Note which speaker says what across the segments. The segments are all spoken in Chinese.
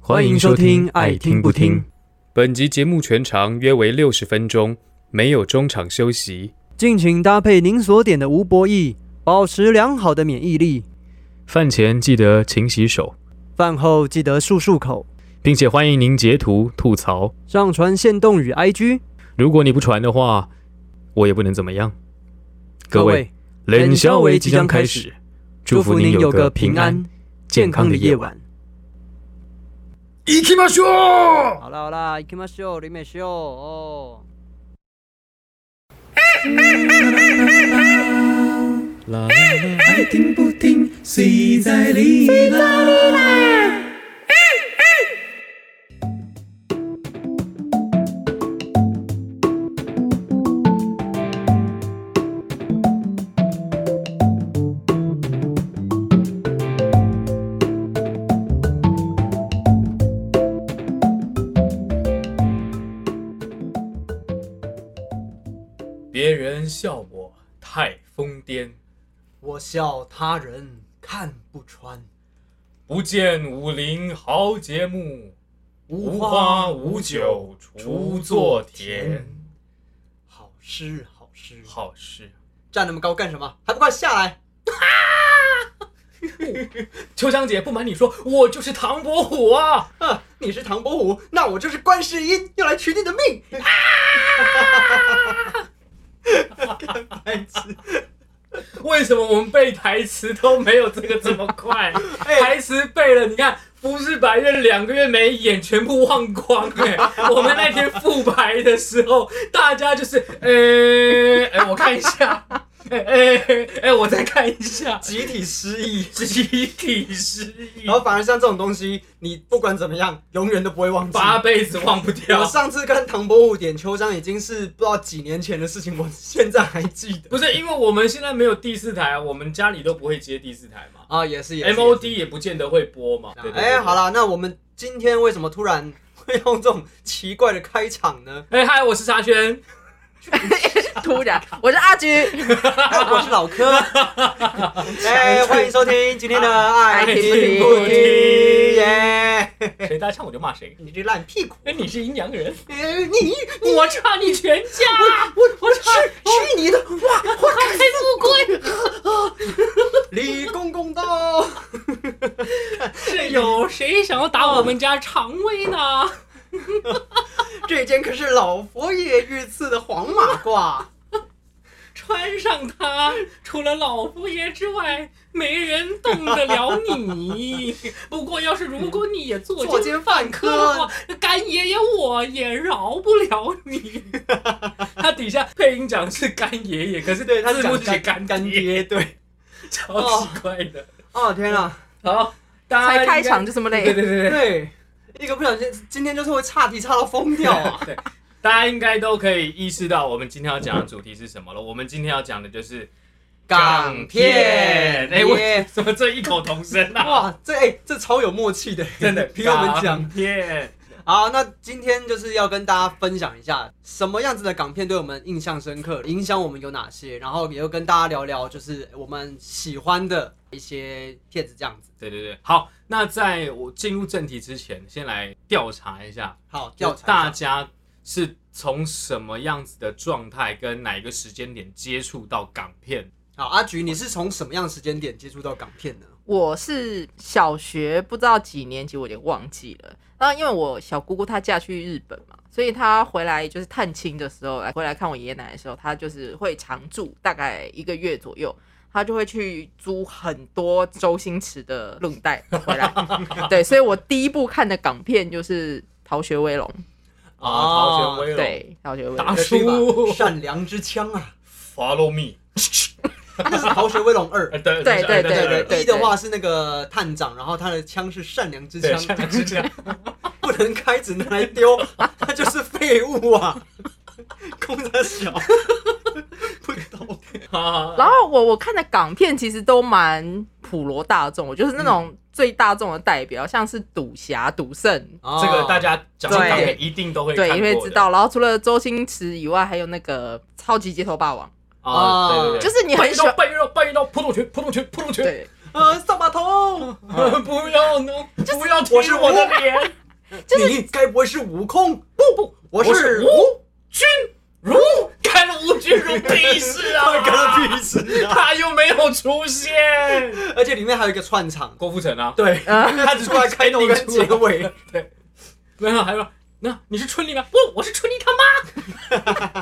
Speaker 1: 欢迎收听爱听不听
Speaker 2: 本集节目全长约为六十分钟，没有中场休息。
Speaker 1: 敬请搭配您所点的无博弈，保持良好的免疫力。
Speaker 2: 饭前记得勤洗手，
Speaker 1: 饭后记得漱漱口，
Speaker 2: 并且欢迎您截图吐槽。
Speaker 1: 上传限动与 IG。
Speaker 2: 如果你不传的话，我也不能怎么样。各位，
Speaker 1: 冷
Speaker 2: 宵
Speaker 1: 笑
Speaker 2: 微
Speaker 1: 微
Speaker 2: 即
Speaker 1: 即
Speaker 2: 将
Speaker 1: 将
Speaker 2: 开
Speaker 1: 开
Speaker 2: 始
Speaker 1: 始，
Speaker 2: 祝福您有个平安、健
Speaker 1: 健
Speaker 2: 康
Speaker 1: 康
Speaker 2: 的
Speaker 1: 的
Speaker 2: 夜
Speaker 1: 夜
Speaker 2: 晚。
Speaker 1: 晚。
Speaker 2: 行きましょう。
Speaker 1: 好啦好啦，行きましょう，リメしよう哦。
Speaker 2: 啦
Speaker 3: 爱听不听，谁在理啦？
Speaker 2: 别人笑我太疯癫，
Speaker 1: 我笑他人看不穿，
Speaker 2: 不见武林豪杰墓，
Speaker 1: 无
Speaker 2: 花无酒锄作田。
Speaker 1: 好诗好诗，
Speaker 2: 好事。
Speaker 1: 站那么高干什么？还不快下来！
Speaker 2: 秋香姐，不瞒你说，我就是唐伯虎啊！
Speaker 1: 啊，你是唐伯虎，那我就是观世音，要来取你的命！啊！白痴，
Speaker 2: 为什么我们背台词都没有这个这么 快？
Speaker 1: 哎
Speaker 2: 台词背了，你看不是白月两个月没演，全部忘光哎、 我们那天复排的时候，大家就是呃，哎、我看一下， 哎哎哎，我再看一下，
Speaker 1: 集体 失忆。
Speaker 2: 集体失忆
Speaker 1: 然，后反而像这种东西，你不管怎么样，永远都不会忘记。
Speaker 2: 八辈子忘不
Speaker 1: 我
Speaker 2: 掉。
Speaker 1: 上次跟唐伯虎点秋香已经是不知道几年前的事情，我现在还记得。
Speaker 2: 不是因为我们现在没有第四台，啊我们家里都不会接第四台嘛
Speaker 1: 啊，也是也是。也是
Speaker 2: m O D 也不见得会播嘛。对对
Speaker 1: 哎，好
Speaker 2: 了。
Speaker 1: 啦，那我们今天为什么突然会用这种奇怪的开场 呢？
Speaker 2: 哎嗨，我是沙宣，
Speaker 4: 突然，我是阿菊，
Speaker 1: 我是老 柯。哎，欢迎收听今天的爱
Speaker 4: 听
Speaker 1: 听
Speaker 4: 不
Speaker 1: 不听
Speaker 2: 听
Speaker 1: 耶！
Speaker 2: 谁搭腔我就骂谁。
Speaker 1: 你这烂屁股！
Speaker 2: 哎，你是阴阳人，
Speaker 1: 哎你 你
Speaker 2: 我差你全家，
Speaker 1: 我我去去你的！哇，
Speaker 4: 我还富贵，
Speaker 1: 李公公到！
Speaker 2: 是有谁想要打我们家常威呢？
Speaker 1: 这件可是老佛爷御赐的黄马褂。
Speaker 2: 穿上它，除了老佛爷之外，没人动得了你。 不过，要是如果你也作
Speaker 1: 作
Speaker 2: 奸
Speaker 1: 奸
Speaker 2: 犯
Speaker 1: 犯
Speaker 2: 科
Speaker 1: 科
Speaker 2: 的话，干爷爷我也饶不了 你。他底下配音讲是干爷爷，可是
Speaker 1: 对，他是
Speaker 2: 字幕
Speaker 1: 讲
Speaker 2: 写
Speaker 1: 干
Speaker 2: 干
Speaker 1: 干
Speaker 2: 爹，
Speaker 1: 爹，对。
Speaker 2: 超奇怪的。
Speaker 1: 哦天啊，
Speaker 2: 好，大家
Speaker 4: 才开
Speaker 2: 应
Speaker 4: 场就这么
Speaker 2: 该，对
Speaker 4: 累，
Speaker 2: 对对对。
Speaker 1: 对，一个不小心，今天就是会岔题岔到疯掉 啊！
Speaker 2: 对，大家应该都可以意识到我们今天要讲的主题是什么了。我们今天要讲的就是哎，为
Speaker 1: 耶
Speaker 2: 什么这异口同声啊？
Speaker 1: 哇，这哎、这超有默契的，
Speaker 2: 真 的，
Speaker 1: 凭我们
Speaker 2: 港
Speaker 1: 讲。
Speaker 2: 片，
Speaker 1: 好，那今天就是要跟大家分享一下什么样子的港片对我们印象深刻，影响我们有哪些，然后也要跟大家聊聊，就是我们喜欢的一些片子这样子。
Speaker 2: 对对对。好，那在我进入正题之前，先来调查一下，
Speaker 1: 好，调
Speaker 2: 就
Speaker 1: 查
Speaker 2: 大
Speaker 1: 一下
Speaker 2: 家是从什么样子的状态跟哪一个时间点接触到港片？
Speaker 1: 好，阿菊，你是从什么样时间点接触到港片呢？
Speaker 4: 我是小学不知道几年级，我有点忘记了。然后因为我小姑姑她嫁去日本嘛，所以她回来就是探亲的时候，来回来看我爷爷奶奶的时候，她就是会常住大概一个月左右。她就会去租很多周星驰的录影带回来，对，所以我第一部看的港片就是《逃学威龙》，
Speaker 2: 啊，逃学威龙
Speaker 4: 对，《逃学威龙》
Speaker 2: 大
Speaker 1: 对吧
Speaker 2: 叔
Speaker 1: 善良之枪呃啊，
Speaker 2: ，Follow me，
Speaker 1: 那是《逃学威龙二》
Speaker 2: 呃。对
Speaker 4: 对 对
Speaker 2: 对
Speaker 4: 对
Speaker 1: 第一的话是那个探长，然后他的枪是善良之
Speaker 2: 对，
Speaker 1: 枪，
Speaker 2: 像是这样。
Speaker 1: 不能开只能来丢， 他就是废物啊！ 公他小， 不懂。
Speaker 2: 好
Speaker 4: 然后我我看的港片其实都蛮普罗大众，我就是那种最大众的代表，像是赌侠、赌圣，
Speaker 2: 这个大家讲到
Speaker 4: 对
Speaker 2: 港片一定都会嗯看
Speaker 4: 对，
Speaker 2: 过
Speaker 4: 因为
Speaker 2: 的
Speaker 4: 知道。然后除了周星驰以外，还有那个超级街头霸王，
Speaker 1: 哦
Speaker 2: 啊，对对对，
Speaker 4: 就是你很喜
Speaker 2: 到
Speaker 4: 欢
Speaker 2: 半夜到半夜到破洞拳，破洞拳，破洞拳，
Speaker 4: 对，
Speaker 1: 呃，扫把 头，
Speaker 2: 不要弄，不要踢我的脸。
Speaker 1: 你该不会是悟空？不不，我
Speaker 2: 我
Speaker 1: 是
Speaker 2: 吴君如，干了吴君如屁事 啊！
Speaker 1: 干了屁事啊！
Speaker 2: 他又没有出现。
Speaker 1: 而且里面还有一个串场，
Speaker 2: 郭富城啊，
Speaker 1: 对，他只出来开头跟结尾，
Speaker 2: 没有，还有那你是春丽吗？不，我是春丽他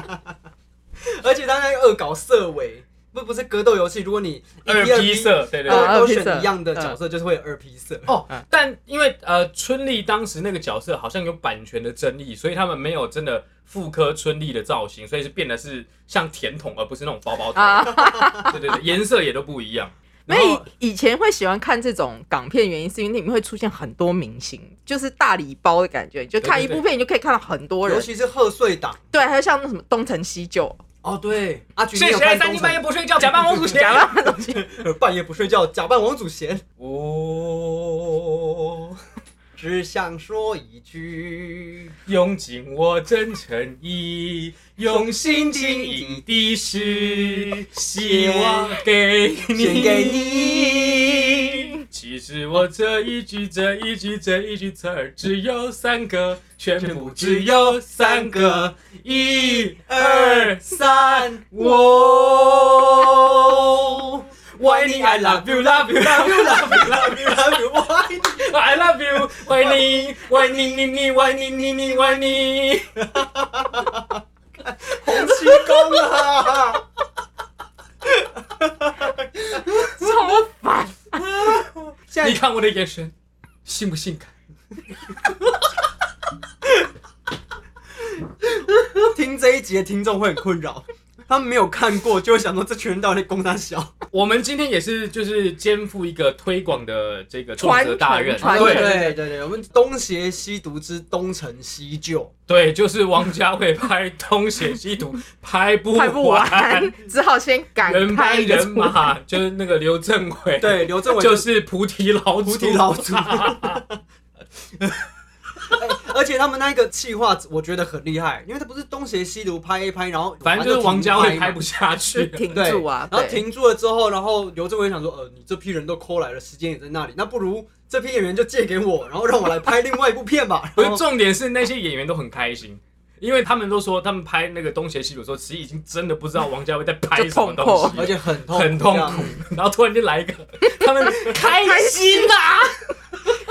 Speaker 2: 妈。
Speaker 1: 而且他在恶搞色尾。不不是格斗游戏，如果你一
Speaker 2: 二批
Speaker 1: 二
Speaker 2: 色，对嗯对对。
Speaker 1: 批
Speaker 4: 啊
Speaker 1: 呃都
Speaker 4: 二批色
Speaker 1: 选一样的角色，就是会有二批色。
Speaker 2: 哦，
Speaker 4: 嗯
Speaker 2: 但因为呃，春丽当时那个角色好像有版权的争议，所以他们没有真的复刻春丽的造型，所以是变得是像甜筒，而不是那种包包头。
Speaker 4: 啊，
Speaker 2: 对对对，颜色也都不一样。
Speaker 4: 所
Speaker 2: 然后
Speaker 4: 以以前会喜欢看这种港片，原因是因为里面会出现很多明星，就是大礼包的感觉。你就看一部片，你就可以看到很多人
Speaker 1: 尤。其是贺岁档
Speaker 4: 对，还有像那什么东成西就，
Speaker 1: 哦，对，阿菊
Speaker 2: 所以谁在三更半夜不睡觉，假 扮王祖贤？
Speaker 4: 假 扮东西，
Speaker 1: 夜呃半夜不睡觉，假扮王祖贤，
Speaker 2: 我
Speaker 1: 只想说一句，
Speaker 2: 用尽我真诚意，用心经营的 事，希望给你。
Speaker 1: 献给你。
Speaker 2: 其实我这一句、这一句、这一句词儿只有三个，全部只有三个，一、二、
Speaker 1: 三，
Speaker 2: 我。我爱你，I love you, love you, love you, love you, love you,
Speaker 1: love you，我爱你。
Speaker 2: I love you，爱你，爱你，你你，爱你，你你，爱你。
Speaker 1: 洪七公啊！
Speaker 4: 超烦。
Speaker 1: 现
Speaker 2: 你
Speaker 1: 在
Speaker 2: 看我的眼神，性不性感？
Speaker 1: 听这一集的听众会很困扰，他们没有看过，就会想说这群人到底在攻他小。
Speaker 2: 我们今天也是就是肩负一个推广的这个重责大任，
Speaker 4: 传承
Speaker 2: 对
Speaker 4: 传承
Speaker 1: 对对对，我们东邪西毒之东成西就，
Speaker 2: 对，就是王家卫拍《东邪西毒》拍 不
Speaker 4: 拍 不
Speaker 2: 完，
Speaker 4: 完，只好先赶
Speaker 2: 人
Speaker 4: 拍
Speaker 2: 拍
Speaker 4: 一个
Speaker 2: 人
Speaker 4: 出来。
Speaker 2: 马，就是那个刘镇伟，
Speaker 1: 对，刘镇伟
Speaker 2: 就是是菩提老祖，
Speaker 1: 菩提老祖。哎而且他们那一个企划，我觉得很厉害，因为他不是东邪西毒拍一拍，然后
Speaker 2: 反正就是王家卫拍
Speaker 1: 反正就停
Speaker 2: 不下
Speaker 4: 就
Speaker 2: 去。
Speaker 4: 停
Speaker 1: 对
Speaker 4: 住啊，
Speaker 1: 然后
Speaker 4: 对
Speaker 1: 停住了之后，然后刘镇伟想说，呃，你这批人都抠来了，时间也在那里，那不如这批演员就借给我，然后让我来拍另外一部片 吧。
Speaker 2: 不
Speaker 1: 然
Speaker 2: 是
Speaker 1: 后
Speaker 2: 重点是那些演员都很开心，因为他们都说他们拍那个《东邪西毒》的时候，其实已经真的不知道王家卫在拍什么
Speaker 4: 就痛
Speaker 2: 东
Speaker 4: 苦
Speaker 2: 西，
Speaker 1: 而且很痛
Speaker 2: 很痛
Speaker 1: 这样
Speaker 2: 苦。然后突然间来一个，他们开心啊！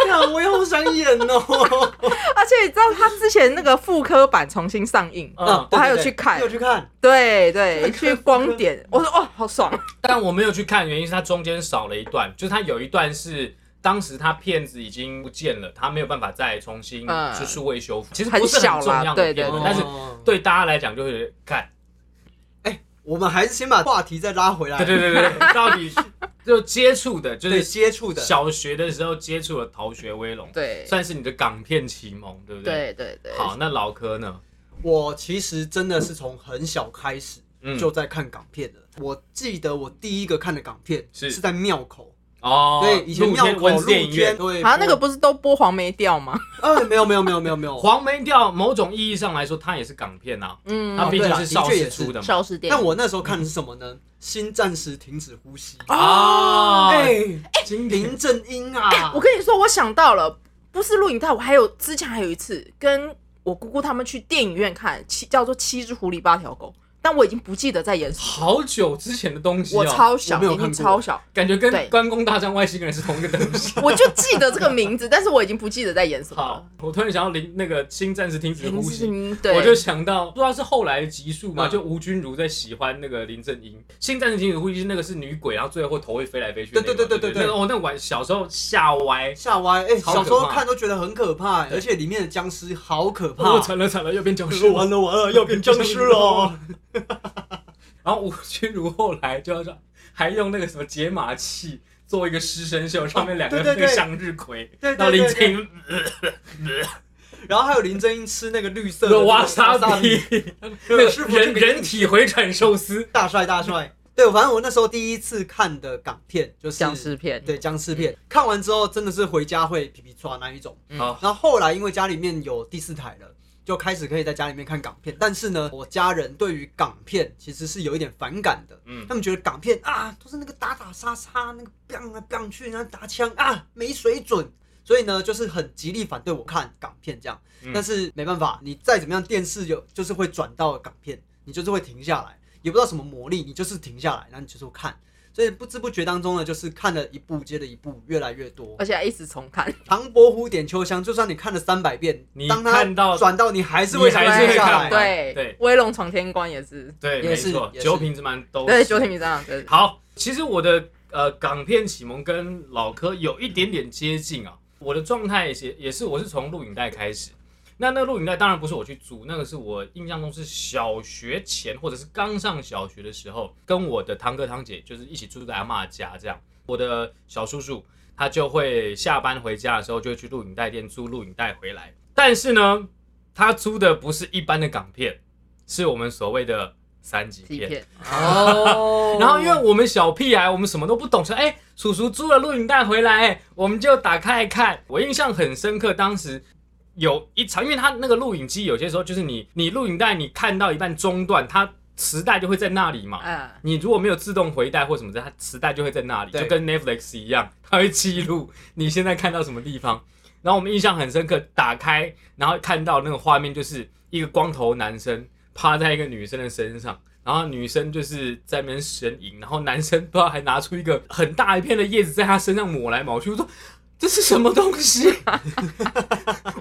Speaker 1: 呀，啊我也好想演哦。
Speaker 4: 而且你知道他之前那个复刻版重新上映，
Speaker 2: 嗯，
Speaker 1: 对
Speaker 4: 我还有
Speaker 1: 对对
Speaker 4: 去看
Speaker 1: 你有去看，
Speaker 4: 对对，去光点，我说哦，好爽，
Speaker 2: 但我没有去看，原因是它中间少了一段，就是它有一段是。当时他片子已经不见了，他没有办法再重新
Speaker 4: 嗯
Speaker 2: 去数位修复，其实
Speaker 4: 很
Speaker 2: 不是
Speaker 4: 小
Speaker 2: 很
Speaker 4: 啦
Speaker 2: 重要的
Speaker 4: 对对
Speaker 2: 片段
Speaker 4: 对
Speaker 2: 但是
Speaker 1: 哦
Speaker 2: 对大家来讲就是看，
Speaker 1: 我们还是先把话题再拉回来。
Speaker 2: 对对对对，到底就接触的，就
Speaker 1: 对
Speaker 2: 是
Speaker 1: 接触的，
Speaker 2: 小学的时候接触了《逃学威龙》，
Speaker 4: 对
Speaker 2: 算是你的港片启蒙，对不对？
Speaker 4: 对对对，
Speaker 2: 好，那老柯呢？
Speaker 1: 我其实真的是从很小开始
Speaker 2: 嗯
Speaker 1: 就在看港片的。我记得我第一个看的港片
Speaker 2: 是
Speaker 1: 在庙口，
Speaker 2: 哦，
Speaker 1: 对，以前
Speaker 2: 露
Speaker 1: 庙
Speaker 2: 天
Speaker 1: 口
Speaker 2: 文
Speaker 1: 路
Speaker 2: 字电影
Speaker 1: 边，
Speaker 2: 院。
Speaker 1: 对，
Speaker 4: 啊，那个不是都播黄梅调吗？
Speaker 1: 呃，没有没有没有没有没 有，
Speaker 2: 黄梅调某种意义上来说，它也是港片呐、
Speaker 4: 嗯
Speaker 2: 它毕
Speaker 1: 哦对
Speaker 2: 竟
Speaker 1: 啦
Speaker 2: 是
Speaker 1: 的
Speaker 2: 邵
Speaker 1: 确
Speaker 2: 氏
Speaker 1: 也
Speaker 2: 出
Speaker 1: 是
Speaker 2: 的嘛。
Speaker 4: 邵氏电
Speaker 1: 但
Speaker 4: 影，
Speaker 1: 我那时候看的是什么呢？心暂时停止呼吸。
Speaker 2: 嗯啊，
Speaker 1: 哎，
Speaker 2: 经典
Speaker 1: 林正英
Speaker 2: 哎
Speaker 1: 啊，
Speaker 4: 我跟你说，我想到了，不是录影带，我还有之前还有一次跟我姑姑他们去电影院看，七叫做《七只狐狸八条狗》，但我已经不记得在演什么。
Speaker 2: 好久之前的东西
Speaker 4: 我
Speaker 2: 哦，
Speaker 4: 超小，
Speaker 1: 我没有
Speaker 4: 年
Speaker 1: 看过
Speaker 4: 纪超小，
Speaker 2: 感觉跟
Speaker 4: 对。
Speaker 2: 《关公大战外星人》是同一个东西
Speaker 4: 我就记得这个名字，但是我已经不记得在演什么
Speaker 2: 好
Speaker 4: 了。，
Speaker 2: 我突然想到林那个《新战士停止
Speaker 4: 林
Speaker 2: 呼
Speaker 4: 志
Speaker 2: 吸》。
Speaker 4: 玲，
Speaker 2: 我就
Speaker 4: 对，
Speaker 2: 想到，不知道是后来的集数嘛，
Speaker 1: 嗯
Speaker 2: 就吴君如在喜欢那个林正英，《新战士停止呼吸》那个是女鬼，然后最后头会飞来飞去的那个嘛。
Speaker 1: 对对对对
Speaker 2: 对那
Speaker 1: 对
Speaker 2: 个我那晚小时候吓歪，
Speaker 1: 吓歪！哎，
Speaker 2: 超
Speaker 1: 小时候
Speaker 2: 可怕
Speaker 1: 看都觉得很可怕，
Speaker 2: 对
Speaker 1: 而且里面的僵尸好可怕
Speaker 2: 我。哦惨了惨了，要变僵 尸了。
Speaker 1: 了完了，要变僵 尸了！
Speaker 2: 然后吴君如后来就要说，还用那个什么解码器做一个师生秀，上面两个
Speaker 1: 哦对对
Speaker 2: 那
Speaker 1: 对
Speaker 2: 个向日葵，
Speaker 1: 对对对
Speaker 2: 到林正英
Speaker 1: 然后还有林正英吃那个绿色
Speaker 2: 的
Speaker 1: 的
Speaker 2: 瓦
Speaker 1: 沙
Speaker 2: 萨比，那
Speaker 1: 对
Speaker 2: 个
Speaker 1: 师傅
Speaker 2: 人
Speaker 1: 就给你
Speaker 2: 人体回转寿司，
Speaker 1: 大帅大帅。对，反正我那时候第一次看的港片就是
Speaker 4: 僵尸，片，
Speaker 1: 对僵尸片。看完之后真的是回家会皮皮抓那一种。
Speaker 4: 嗯
Speaker 2: 好
Speaker 1: 然后后来因为家里面有第四台了，就开始可以在家里面看港片。但是呢，我家人对于港片其实是有一点反感的，
Speaker 5: 嗯
Speaker 1: 他们觉得港片啊都是那个打打杀杀，那个 biang 来 biang 去，然后打枪啊没水准。所以呢，就是很极力反对我看港片这样，
Speaker 5: 嗯
Speaker 1: 但是没办法，你再怎么样，电视有就是会转到港片，你就是会停下来，也不知道什么魔力，你就是停下来，然后你就是会看，所以不知不觉当中呢，就是看了一部接着一部，越来越多。
Speaker 4: 而且还一直重看。
Speaker 1: 唐伯虎点秋香，就算你看了三百遍，
Speaker 2: 你
Speaker 1: 当它
Speaker 2: 看到
Speaker 1: 转到你还是会
Speaker 2: 你还
Speaker 1: 想啊
Speaker 2: 是会
Speaker 1: 下
Speaker 2: 看完
Speaker 1: 来。
Speaker 4: 对
Speaker 2: 对
Speaker 4: 威龙闯天关也是，
Speaker 2: 对，
Speaker 1: 也
Speaker 2: 没
Speaker 1: 是
Speaker 2: 错，
Speaker 1: 也是
Speaker 2: 九品芝麻官都
Speaker 4: 对，
Speaker 2: 是
Speaker 4: 九天迷藏，对，
Speaker 2: 好，其实我的呃港片启蒙跟老柯有一点点接近啊。我的状态也是也是我是从录影带开始，那那录影带当然不是我去租，那个是我印象中是小学前或者是刚上小学的时候，跟我的堂哥堂姐就是一起住在阿嬷家这样。我的小叔叔他就会下班回家的时候就会去录影带店租录影带回来，但是呢，他租的不是一般的港片，是我们所谓的三级
Speaker 4: 几
Speaker 2: 片。
Speaker 4: 片。
Speaker 1: 哦
Speaker 2: 然后因为我们小屁孩，我们什么都不懂，说哎、叔叔租了录影带回来、哎我们就打开来看。我印象很深刻，当时有一场，因为他那个录影机有些时候就是你你录影带你看到一半中断，它磁带就会在那里嘛。
Speaker 4: 嗯，
Speaker 2: 你如果没有自动回带或什么的，它磁带就会在那里，
Speaker 1: 对
Speaker 2: 就跟 Netflix 一样，它会记录 你现在看到什么地方。然后我们印象很深刻，打开然后看到那个画面，就是一个光头男生趴在一个女生的身上，然后女生就是在那边呻吟，然后男生不知道还拿出一个很大一片的叶子在她身上抹来抹去，我说。这是什么东西？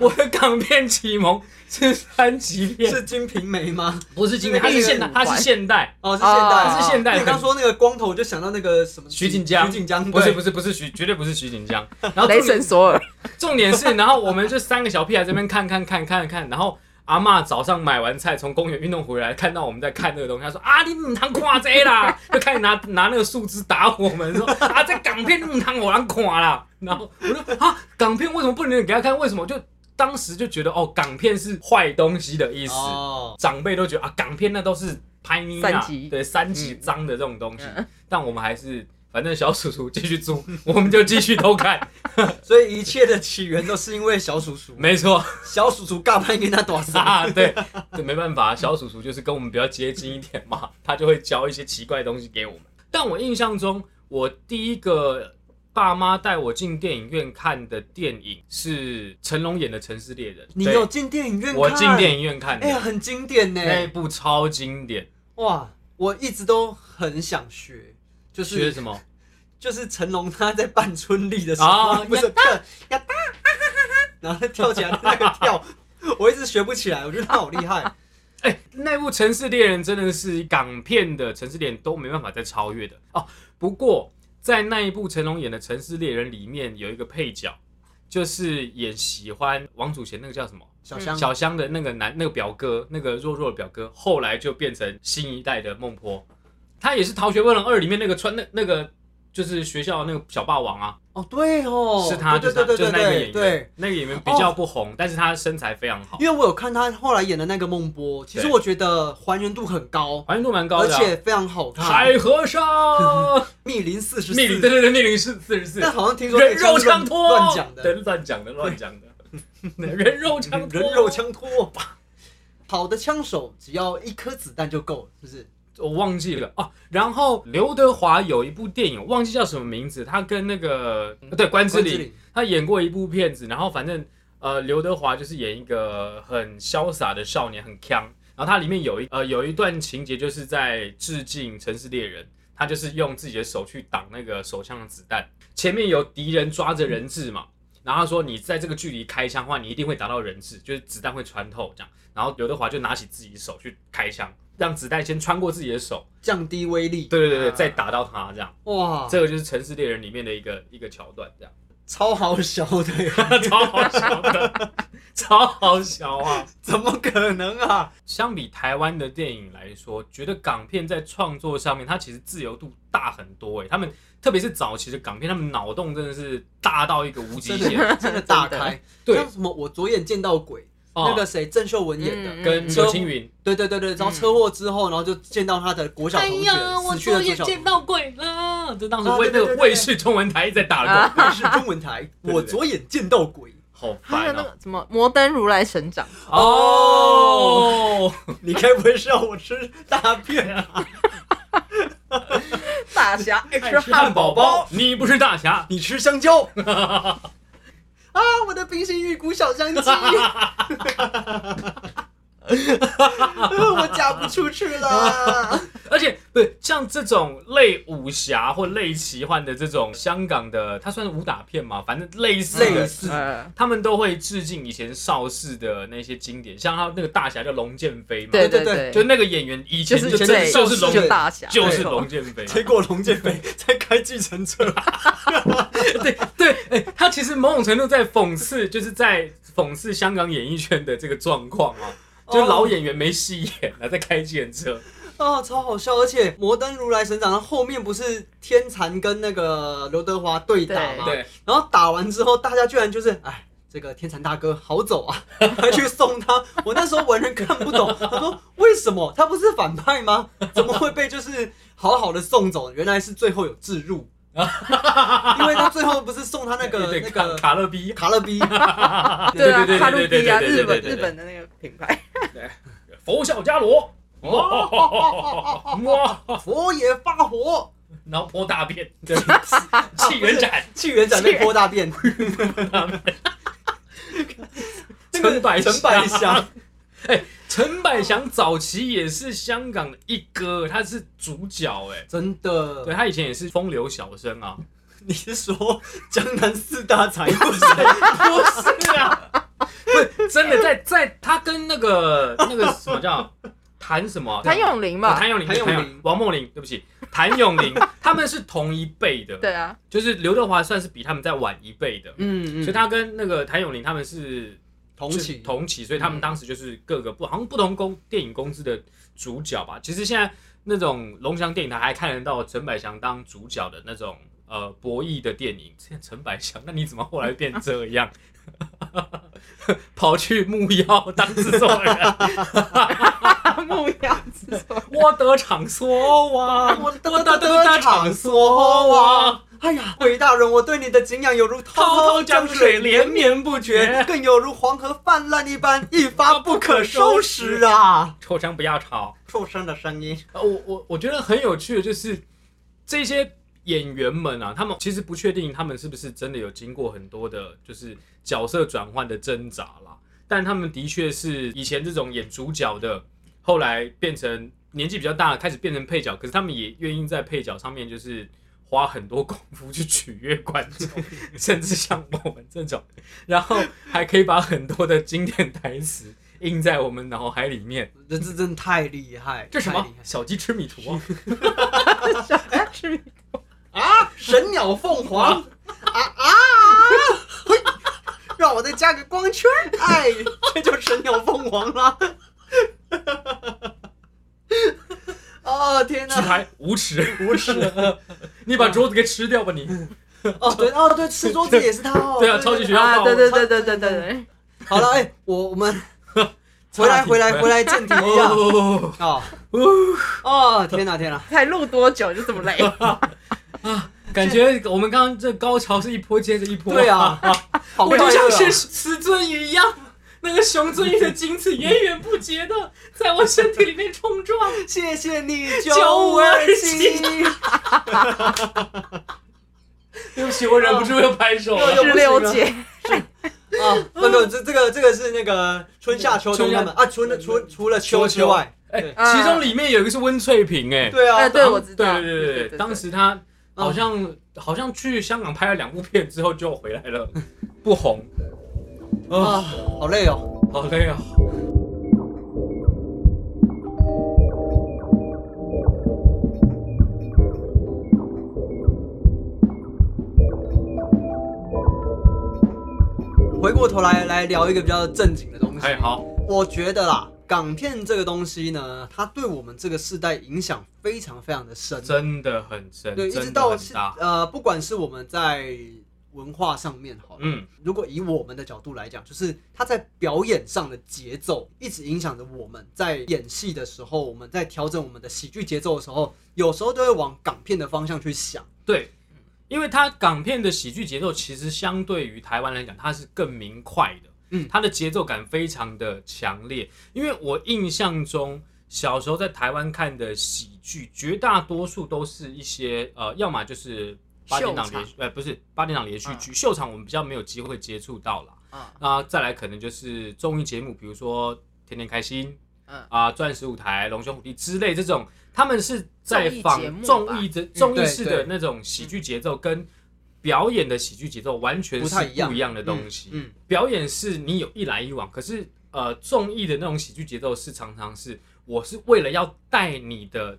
Speaker 2: 我的港片启蒙是三级片，
Speaker 1: 是《金瓶梅》吗？
Speaker 2: 不是今天？它是现代，它是现代，
Speaker 1: 哦，是现代，
Speaker 4: 哦是
Speaker 2: 现代
Speaker 1: 你刚说那个光头，我就想到那个什么
Speaker 2: 徐锦江
Speaker 1: 徐锦江
Speaker 2: 不是
Speaker 1: 对
Speaker 2: 不是不是徐，绝对不是徐锦江。然后重
Speaker 4: 雷
Speaker 2: 点
Speaker 4: 神索尔，
Speaker 2: 重点是，然后我们就三个小屁孩这边看看看看看，然后阿嬷早上买完菜从公园运动回来，看到我们在看那个东西，她说啊你唔通看这个啦， 就开始拿拿那个树枝打我们，说啊这港片你唔通我人看啦。 然后我说啊港片为什么不能给他看？为什么就当时就觉得哦港片是坏东西的意思。
Speaker 1: 哦，
Speaker 2: 长辈都觉得啊，港片那都是拍你啊
Speaker 4: 三级
Speaker 2: 对三级脏的这种东西，
Speaker 4: 嗯
Speaker 2: 但我们还是反正小叔叔继续租，我们就继续偷看，
Speaker 1: 所以一切的起源都是因为小叔叔，
Speaker 2: 没错
Speaker 1: 小叔叔尬拍跟他多杀，
Speaker 2: 啊，对，对，没办法，小叔叔就是跟我们比较接近一点嘛， 他就会教一些奇怪的东西给我们。但我印象中，我第一个爸妈带我进电影院看的电影是成龙演的《城市猎人》，
Speaker 1: 你
Speaker 2: 对
Speaker 1: 有进电影院看？
Speaker 2: 我进电影院看的，
Speaker 1: 哎呀，很经典呢。
Speaker 2: 那一部超经典，
Speaker 1: 哇，我一直都很想学，就
Speaker 2: 学
Speaker 1: 是
Speaker 2: 什么？
Speaker 1: 就是成龙他在扮春丽的时候，
Speaker 2: 啊
Speaker 1: 不是跳呀哒哈哈哈， 然后他跳起来的那个跳，我一直学不起来，我觉得他好厉害。
Speaker 2: 哎、那部《城市猎人》真的是港片的《城市猎人》都没办法再超越的哦。不过在那一部成龙演的《城市猎人》里面，有一个配角，就是演喜欢王祖贤那个叫什么
Speaker 1: 小香，
Speaker 2: 小香的那个男那个表哥，那个弱弱的表哥，后来就变成新一代的孟婆。他也是《逃学威龙二》里面那个穿那那个就是学校的那个小霸王啊，
Speaker 1: 哦，对哦，
Speaker 2: 是他，就
Speaker 1: 对
Speaker 2: 是他
Speaker 1: 对对
Speaker 2: 就是
Speaker 1: 对
Speaker 2: 那个
Speaker 1: 对
Speaker 2: 演
Speaker 1: 对哦
Speaker 2: 员。，那个演员比较不红，但是他身材非常好，
Speaker 1: 因为我有看他后来演的那个梦波，其实
Speaker 2: 对
Speaker 1: 我觉得还原度很高，
Speaker 2: 还原度蛮高
Speaker 1: 而
Speaker 2: 的啊、
Speaker 1: 且非常好看。
Speaker 2: 海和 尚。
Speaker 1: 密林四十
Speaker 2: 密林，对
Speaker 1: 四，
Speaker 2: 对对，密林是四十四，
Speaker 1: 但好像听说
Speaker 2: 人
Speaker 1: 那个
Speaker 2: 肉
Speaker 1: 是乱
Speaker 2: 枪托
Speaker 1: 乱讲的
Speaker 2: 对，乱讲的，乱讲的， 人肉枪托，
Speaker 1: 人肉，枪托吧。好的枪手只要一颗子弹就够了，是不是？
Speaker 2: 我忘记了哦。然后刘德华有一部电影，忘记叫什么名字，他跟那个对关之
Speaker 1: 嗯关之
Speaker 2: 琳，
Speaker 1: 琳
Speaker 2: 他演过一部片子，然后反正呃，刘德华就是演一个很潇洒的少年，很强。然后它里面有一呃有一段情节，就是在致敬《城市猎人》，他就是用自己的手去挡那个手枪的子弹，前面有敌人抓着人质嘛。然后他说：“你在这个距离开枪的话，你一定会打到人质，就是子弹会穿透这样。”然后刘德华就拿起自己的手去开枪，让子弹先穿过自己的手，
Speaker 1: 降低威力。
Speaker 2: 对对对对，
Speaker 4: 啊
Speaker 2: 再打到他这样。
Speaker 1: 哇，
Speaker 2: 这个就是《城市猎人》里面的一个一个桥段，这样。
Speaker 1: 超好笑的，
Speaker 2: 超好笑的， 超好笑啊！
Speaker 1: 怎么可能啊？
Speaker 2: 相比台湾的电影来说，觉得港片在创作上面，它其实自由度大很多欸诶、他们特别是早期的港片，他们脑洞真的是大到一个无 极
Speaker 1: 真
Speaker 2: 限。
Speaker 1: 的真的大开，
Speaker 2: 对
Speaker 1: 像什么我左眼见到鬼，
Speaker 2: 哦
Speaker 1: 那个谁郑秀文演的，
Speaker 4: 嗯
Speaker 2: 跟刘青云，
Speaker 1: 对对对对，然后车祸之后，然后就见到他的国小同学
Speaker 2: 哎
Speaker 1: 死去的左小同学，
Speaker 2: 到鬼了！就当时
Speaker 1: 啊
Speaker 2: 卫
Speaker 1: 对
Speaker 2: 那
Speaker 1: 对对
Speaker 2: 个
Speaker 1: 对啊
Speaker 2: 卫视中文台在打广告
Speaker 1: 是中文台，
Speaker 2: 对对
Speaker 1: 我左眼见到鬼，
Speaker 2: 好
Speaker 4: 还有
Speaker 2: 烦
Speaker 4: 那
Speaker 2: 哦。
Speaker 4: 个什么摩登如来神掌，
Speaker 6: 哦，
Speaker 1: 你该不会是要我吃大便吧？
Speaker 4: 大侠爱吃汉
Speaker 2: 汉
Speaker 4: 堡
Speaker 2: 堡
Speaker 4: 包，
Speaker 2: 包，你不是大侠，
Speaker 1: 你吃香 蕉？啊，我的冰心玉骨小 香鸡，我嫁不出去了。
Speaker 2: 而且不是像这种类武侠或类奇幻的这种香港的，它算是武打片嘛，反正类似的
Speaker 1: 类似
Speaker 4: 呃，
Speaker 2: 他们都会致敬以前邵氏的那些经典，像他那个大侠叫龙剑飞嘛，
Speaker 4: 对
Speaker 1: 对对
Speaker 4: 对，
Speaker 2: 就那个演员以前
Speaker 4: 就
Speaker 2: 就是真
Speaker 4: 对，
Speaker 2: 的就是
Speaker 1: 龙
Speaker 2: 龙
Speaker 1: 剑
Speaker 4: 大侠，
Speaker 2: 就是
Speaker 4: 没错
Speaker 2: 龙剑飞，
Speaker 1: 结果龙建飞 在开计程车，
Speaker 2: 对对，哎、他其实某种程度在讽刺，就是在讽刺香港演艺圈的这个状况啊，就老演员没戏演啊了，在开计程车，
Speaker 1: 啊、超好笑！而且《摩登如来神掌》它后面不是天蚕跟那个刘德华对打吗？
Speaker 2: 对，
Speaker 1: 然后打完之后，大家居然就是哎。这个天蚕大哥好走啊， 还去送他。我那时候完全看不 懂，他说为什么他不是反派吗？怎么会被就是好好的送走？原来是最后有置 入，因为他最后不是送他那个
Speaker 2: 对
Speaker 1: 那
Speaker 2: 卡
Speaker 1: 个
Speaker 2: 卡乐 B，
Speaker 1: 卡乐 B，
Speaker 4: 对啊
Speaker 2: 对对对，
Speaker 4: 卡路比啊，
Speaker 2: 对对
Speaker 4: 日
Speaker 2: 对对
Speaker 4: 本
Speaker 2: 对对
Speaker 4: 日本的那个品牌，
Speaker 2: 佛笑伽罗，
Speaker 1: 哦
Speaker 2: 哇，
Speaker 1: 佛爷发火，
Speaker 2: 然后泼大便，对，气元 斩，
Speaker 1: 纪元斩被泼大便，那个
Speaker 2: 陈百
Speaker 1: 陈百祥，
Speaker 2: 陈百祥早期也是香港的一哥，他是主角哎、
Speaker 1: 真的
Speaker 2: 对他以前也是风流小生啊，
Speaker 1: 你是说江南四大才不是？
Speaker 2: 不是啊，不是真的在在他跟那个那个什么叫谭什么
Speaker 4: 谭咏麟
Speaker 2: 哦
Speaker 4: 吧
Speaker 2: 谭，咏麟
Speaker 1: 谭咏麟
Speaker 2: 王梦麟，对不起，谭咏麟他们是同一辈的，
Speaker 4: 对啊，
Speaker 2: 就是刘德华算是比他们再晚一辈的，
Speaker 1: 嗯
Speaker 2: 所以他跟那个谭咏麟他们是
Speaker 1: 同
Speaker 2: 就是
Speaker 1: 期
Speaker 2: 同期，嗯所以他们当时就是各个不好像不同公电影公司的主角吧。其实现在那种龙翔电影台还看得到陈百祥当主角的那种呃博弈的电影。现在陈百祥，那你怎么后来变这样？ 跑去木妖当制作 人，
Speaker 4: 木样子说，
Speaker 2: 我得偿说哇，
Speaker 1: 我
Speaker 2: 我
Speaker 1: 得
Speaker 2: 得
Speaker 1: 得
Speaker 2: 得
Speaker 1: 得
Speaker 2: 得偿
Speaker 1: 场说
Speaker 2: 说
Speaker 1: 哇！
Speaker 2: 哇，
Speaker 1: 哎呀，韦大人，我对你的敬仰犹如滔
Speaker 2: 滔
Speaker 1: 滔
Speaker 2: 滔江
Speaker 1: 江
Speaker 2: 水
Speaker 1: 水
Speaker 2: 连
Speaker 1: 连绵
Speaker 2: 绵不
Speaker 1: 不 绝，
Speaker 2: 绝。
Speaker 1: 更犹如黄河泛滥一般，一发不可收拾啊！
Speaker 2: 臭腔不要吵。
Speaker 1: 畜生的声音，
Speaker 2: 呃，我我我觉得很有趣的就是这些演员们啊，他们其实不确定他们是不是真的有经过很多的，就是角色转换的挣扎啦。但他们的确是以前这种演主角的，后来变成年纪比较大，开始变成配角，可是他们也愿意在配角上面就是花很多功夫去取悦观众， 甚至像我们这种，然后还可以把很多的经典台词印在我们脑海里面。
Speaker 1: 这这真的太厉害！
Speaker 2: 这什
Speaker 1: 太
Speaker 2: 么
Speaker 1: 厉害
Speaker 2: 小鸡吃米图啊？
Speaker 1: 啊？神鸟凤凰啊啊！嘿让我再加个光圈，哎，这就神鸟凤凰啦！ 哦天哪！
Speaker 2: 举牌无耻， 无耻！你把桌子给吃掉吧你！
Speaker 1: 哦，对，哦，对，吃桌子也是他哦。
Speaker 2: 对啊，超级学校
Speaker 4: 啊，
Speaker 2: 霸王
Speaker 4: 对对对对对对对，
Speaker 1: 好了，哎，我我 们回来回来回来正题一下。
Speaker 2: 哦，
Speaker 1: 哦，哦，天哪天哪！
Speaker 4: 才录多久就这么累？
Speaker 2: 感觉我们刚刚这高潮是一波接着一波。
Speaker 1: 对啊，好
Speaker 2: 我
Speaker 1: 快
Speaker 2: 就
Speaker 1: 乐
Speaker 2: 像
Speaker 1: 哦
Speaker 2: 是石鳟鱼一样，那个熊鳟鱼的精子源源不绝的 在我身体里面冲撞。
Speaker 1: 谢谢你
Speaker 2: 九
Speaker 1: 九
Speaker 2: 五
Speaker 1: 五
Speaker 2: 二
Speaker 1: 二
Speaker 2: 七
Speaker 1: 七，
Speaker 2: 对不起，我忍不住要拍 手了。
Speaker 4: 石榴姐，
Speaker 1: 啊，
Speaker 2: 嗯
Speaker 1: 不不，这这个这个是那个春夏秋冬他们啊，除了除除了秋之外，
Speaker 2: 哎，其中里面有一个是温翠萍，哎，
Speaker 1: 对啊，
Speaker 4: 哎，对，我知道，
Speaker 2: 对对对对，当时他好像好像去香港拍了两部片之后就回来了，不红。
Speaker 1: 啊，
Speaker 2: 啊，
Speaker 1: 好累哦。
Speaker 2: 好累啊！
Speaker 1: 回过头来来聊一个比较正经的东西
Speaker 2: 哎，，好，
Speaker 1: 我觉得啦，港片这个东西呢，它对我们这个世代影响非常非常的深。
Speaker 2: 真的很深，
Speaker 1: 对，一直
Speaker 2: 真的
Speaker 1: 到
Speaker 2: 很
Speaker 1: 是
Speaker 2: 大。
Speaker 1: 呃，不管是我们在文化上面好了，
Speaker 2: 嗯，
Speaker 1: 如果以我们的角度来讲，就是他在表演上的节奏一直影响着我们在演戏的时候，我们在调整我们的喜剧节奏的时候，有时候都会往港片的方向去想。
Speaker 2: 对，因为它港片的喜剧节奏其实相对于台湾来讲，它是更明快的，
Speaker 1: 嗯
Speaker 2: 它的节奏感非常的强烈。因为我印象中，小时候在台湾看的喜剧，绝大多数都是一些呃，要么就是八点档
Speaker 4: 秀场
Speaker 2: 连续，呃，不是八点档连
Speaker 1: 嗯
Speaker 2: 续剧、秀场，我们比较没有机会接触到啦。
Speaker 4: 嗯
Speaker 2: 那再来可能就是综艺节目，比如说《天天开心》。
Speaker 4: 嗯
Speaker 2: 啊，钻石舞台、龙兄虎弟之类这种，他们是在仿
Speaker 4: 综艺节目
Speaker 2: 综艺
Speaker 4: 嗯
Speaker 2: 的综艺
Speaker 1: 嗯对
Speaker 2: 式的那种喜剧节奏，跟表演的喜剧节奏完全
Speaker 1: 不
Speaker 2: 是
Speaker 1: 太一样
Speaker 2: 不一样的东西。
Speaker 1: 嗯嗯
Speaker 2: 表演是你有一来一往，可是呃，综艺的那种喜剧节奏是常常是我是为了要带你的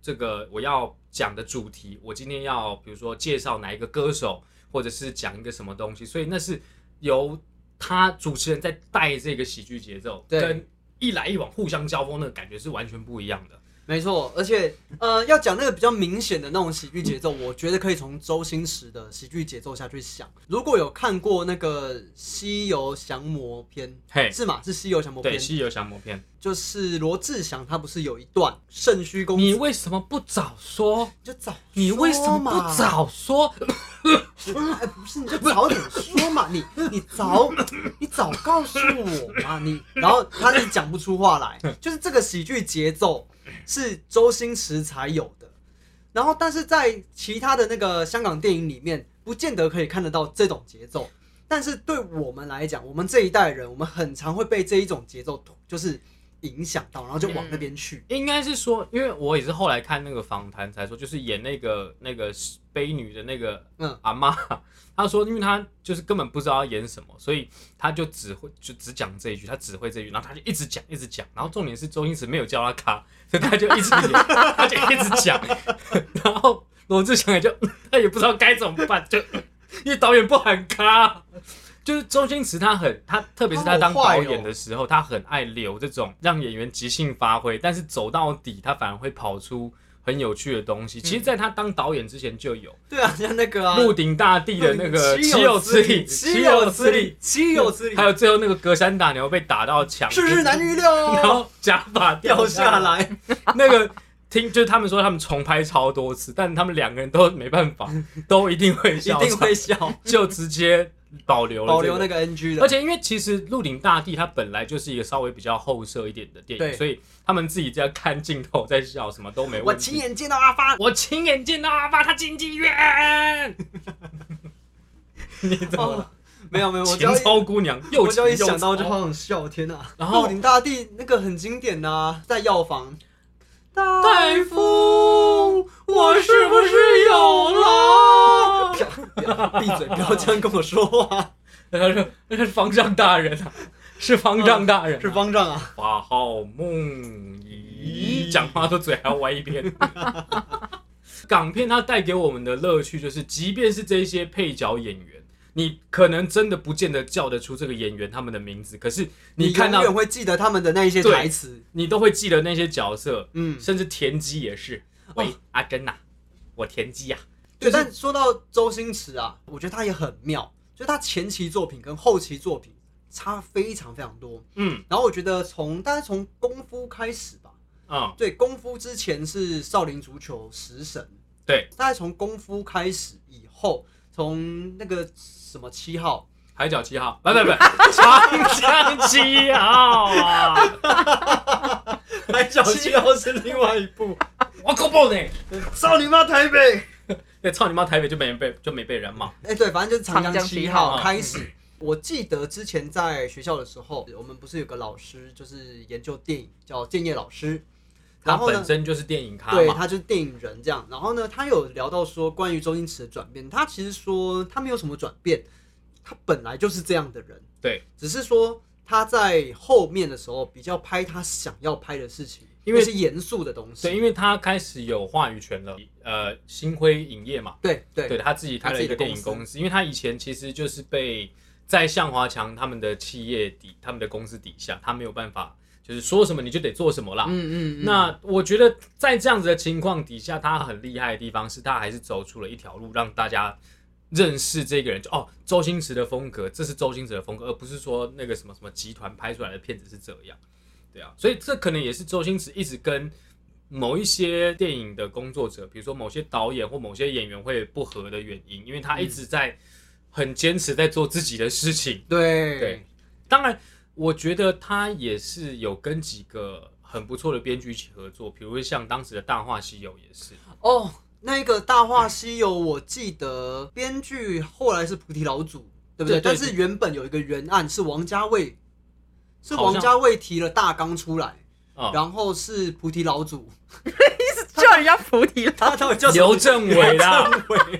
Speaker 2: 这个我要讲的主题，我今天要比如说介绍哪一个歌手，或者是讲一个什么东西，所以那是由他主持人在带这个喜剧节奏，
Speaker 1: 对
Speaker 2: 跟一来一往互相交锋那个感觉是完全不一样的。
Speaker 1: 没错，而且呃，要讲那个比较明显的那种喜剧节奏，我觉得可以从周星驰的喜剧节奏下去想。如果有看过那个《西游降魔篇
Speaker 2: 嘿》，
Speaker 1: 是吗？是《西游降魔篇
Speaker 2: 对，》，西游降魔篇，
Speaker 1: 就是罗志祥他不是有一段肾虚公
Speaker 2: 你
Speaker 1: 子，
Speaker 2: 为什么不早说？
Speaker 1: 就早
Speaker 2: 你为什么
Speaker 1: 说嘛
Speaker 2: 不？早说？
Speaker 1: 哎，不是，你就早点说嘛，你你早你早告诉我嘛，你然后他是讲不出话来， 就是这个喜剧节奏是周星驰才有的，然后但是在其他的那个香港电影里面，不见得可以看得到这种节奏。但是对我们来讲，我们这一代人，我们很常会被这一种节奏就是影响到，然后就往那边去。
Speaker 2: 应该是说，因为我也是后来看那个访谈才说，就是演那个那个悲女的那个
Speaker 1: 嗯
Speaker 2: 阿妈， 她说，因为她就是根本不知道要演什么，所以她就只会就只讲这一句，她只会这一句，然后她就一直讲一直讲，然后重点是周星驰没有叫她卡， 所以她就一直演，她就一直讲， 然后罗志祥也就 他也不知道该怎么办，就因为导演不喊卡。就是周星驰，他很他，特别是他当
Speaker 1: 他好坏
Speaker 2: 导
Speaker 1: 哦
Speaker 2: 演的时候，他很爱留这种让演员即兴发挥，但是走到底，他反而会跑出很有趣的东西。其实，在他当导演之前就有
Speaker 1: 对啊，像那个啊，
Speaker 2: 《鹿鼎大帝》的那 个
Speaker 1: 岂
Speaker 2: 岂有此理，
Speaker 1: 岂有此理，，岂有此理
Speaker 2: 还，有最后那个隔山打牛被打到墙，
Speaker 1: 世事难预料哦。
Speaker 2: 然后假发
Speaker 1: 掉
Speaker 2: 掉
Speaker 1: 下
Speaker 2: 下来。
Speaker 1: 来，
Speaker 2: 那个听就是他们说他们重拍超多次，但他们两个人都没办 法，都一定会
Speaker 1: 一
Speaker 2: 笑场，
Speaker 1: 定 会笑，
Speaker 2: 就直接 保留了、
Speaker 1: 保留那
Speaker 2: 个。
Speaker 1: 个 NG 的。
Speaker 2: 而且因为其实《鹿鼎大帝》它本来就是一个稍微比较后设一点的电
Speaker 1: 对
Speaker 2: 影，所以他们自己在看镜头在笑，什么都没
Speaker 1: 我
Speaker 2: 问
Speaker 1: 亲
Speaker 2: 题。
Speaker 1: 眼见到阿发，
Speaker 2: 我亲眼见到阿爸他进妓院， 你怎么
Speaker 1: 哦
Speaker 2: 了？，
Speaker 1: 没有没有，我只
Speaker 2: 情
Speaker 1: 要一
Speaker 2: 超姑娘，又
Speaker 1: 我只
Speaker 2: 情
Speaker 1: 要一
Speaker 2: 又
Speaker 1: 想到就
Speaker 2: 超
Speaker 1: 好想笑，天哪！
Speaker 2: 然后
Speaker 1: 鹿鼎大帝那个很经典呐，在药房，
Speaker 2: 大夫，我是不是有 了？
Speaker 1: 闭嘴，不要这样跟我说话，
Speaker 2: 然后说那是方丈大人啊，是方丈大人啊、
Speaker 1: 是方丈啊，
Speaker 2: 法号梦怡，讲话都嘴还要歪一 边。港片它带给我们的乐趣就是，即便是这些配角演员，你可能真的不见得叫得出这个演员他们的名字，可是你看
Speaker 1: 永
Speaker 2: 到
Speaker 1: 远会记得他们的那一些
Speaker 2: 对
Speaker 1: 台词，
Speaker 2: 你都会记得那些角色，
Speaker 1: 嗯，哦
Speaker 2: 甚至田鸡也是，喂、阿珍呐、啊我田鸡啊呀、
Speaker 1: 对，但说到周星驰啊，我觉得他也很妙，就他前期作品跟后期作品差非常非常多。
Speaker 2: 嗯
Speaker 1: 然后我觉得从大概从功夫开始吧，
Speaker 2: 嗯，
Speaker 1: 对，功夫之前是少林足球食神，
Speaker 2: 对，
Speaker 1: 大概从功夫开始以后，从那个什么七号，
Speaker 2: 海角七号，不不不， 长江七号啊，
Speaker 1: 海角七号是另外一部
Speaker 2: 我够爆你！
Speaker 1: 少你妈台北，
Speaker 2: 对，操你妈！台北就没人被就没被人骂。
Speaker 1: 哎、对，反正就是长江
Speaker 4: 长江
Speaker 1: 七
Speaker 4: 七
Speaker 1: 号
Speaker 4: 号
Speaker 1: 开始。我记得之前在学校的时候，我们不是有个老师就是研究电影，叫建业老师，
Speaker 2: 他
Speaker 1: 然后呢
Speaker 2: 本，身就是电影咖
Speaker 1: 对，
Speaker 2: 嘛，
Speaker 1: 他就是电影人这样。然后呢，他有聊到说关于周星驰的转变，他其实说他没有什么转变，他本来就是这样的人，
Speaker 2: 对，
Speaker 1: 只是说他在后面的时候比较拍他想要拍的事情，
Speaker 2: 因为
Speaker 1: 是严肃的东西，
Speaker 2: 对，因为他开始有话语权了。呃，星辉影业嘛，
Speaker 1: 对对
Speaker 2: 对他自己开了一个电影
Speaker 1: 他自己的公司
Speaker 2: 公司，因为他以前其实就是被在向华强他们的企业底、他们的公司底下，他没有办法，就是说什么你就得做什么啦。
Speaker 1: 嗯嗯嗯，
Speaker 2: 那我觉得在这样子的情况底下，他很厉害的地方是他还是走出了一条路，让大家认识这个人。就哦，周星驰的风格，这是周星驰的风格，而不是说那个什
Speaker 1: 嗯
Speaker 2: 么什么集团拍出来的片子是这样。对啊，所以这可能也是周星驰一直跟某一些电影的工作者，比如说某些导演或某些演员会不合的原因，因为他一直在很坚持在做自己的事情。
Speaker 1: 对
Speaker 2: 对，当然，我觉得他也是有跟几个很不错的编剧一起合作，比如像当时的《大话西游》也是，
Speaker 1: 哦，那个《大话西游》，我记得编剧后来是菩提老祖，对不
Speaker 2: 对对
Speaker 1: 对？但是原本有一个原案是王家卫，是
Speaker 2: 好
Speaker 1: 王
Speaker 2: 像
Speaker 1: 家卫提了大纲出来，
Speaker 2: 啊、
Speaker 1: 然后是菩提老祖，
Speaker 4: 叫人家菩提老
Speaker 1: 他到底叫什么
Speaker 2: 刘镇伟 啦，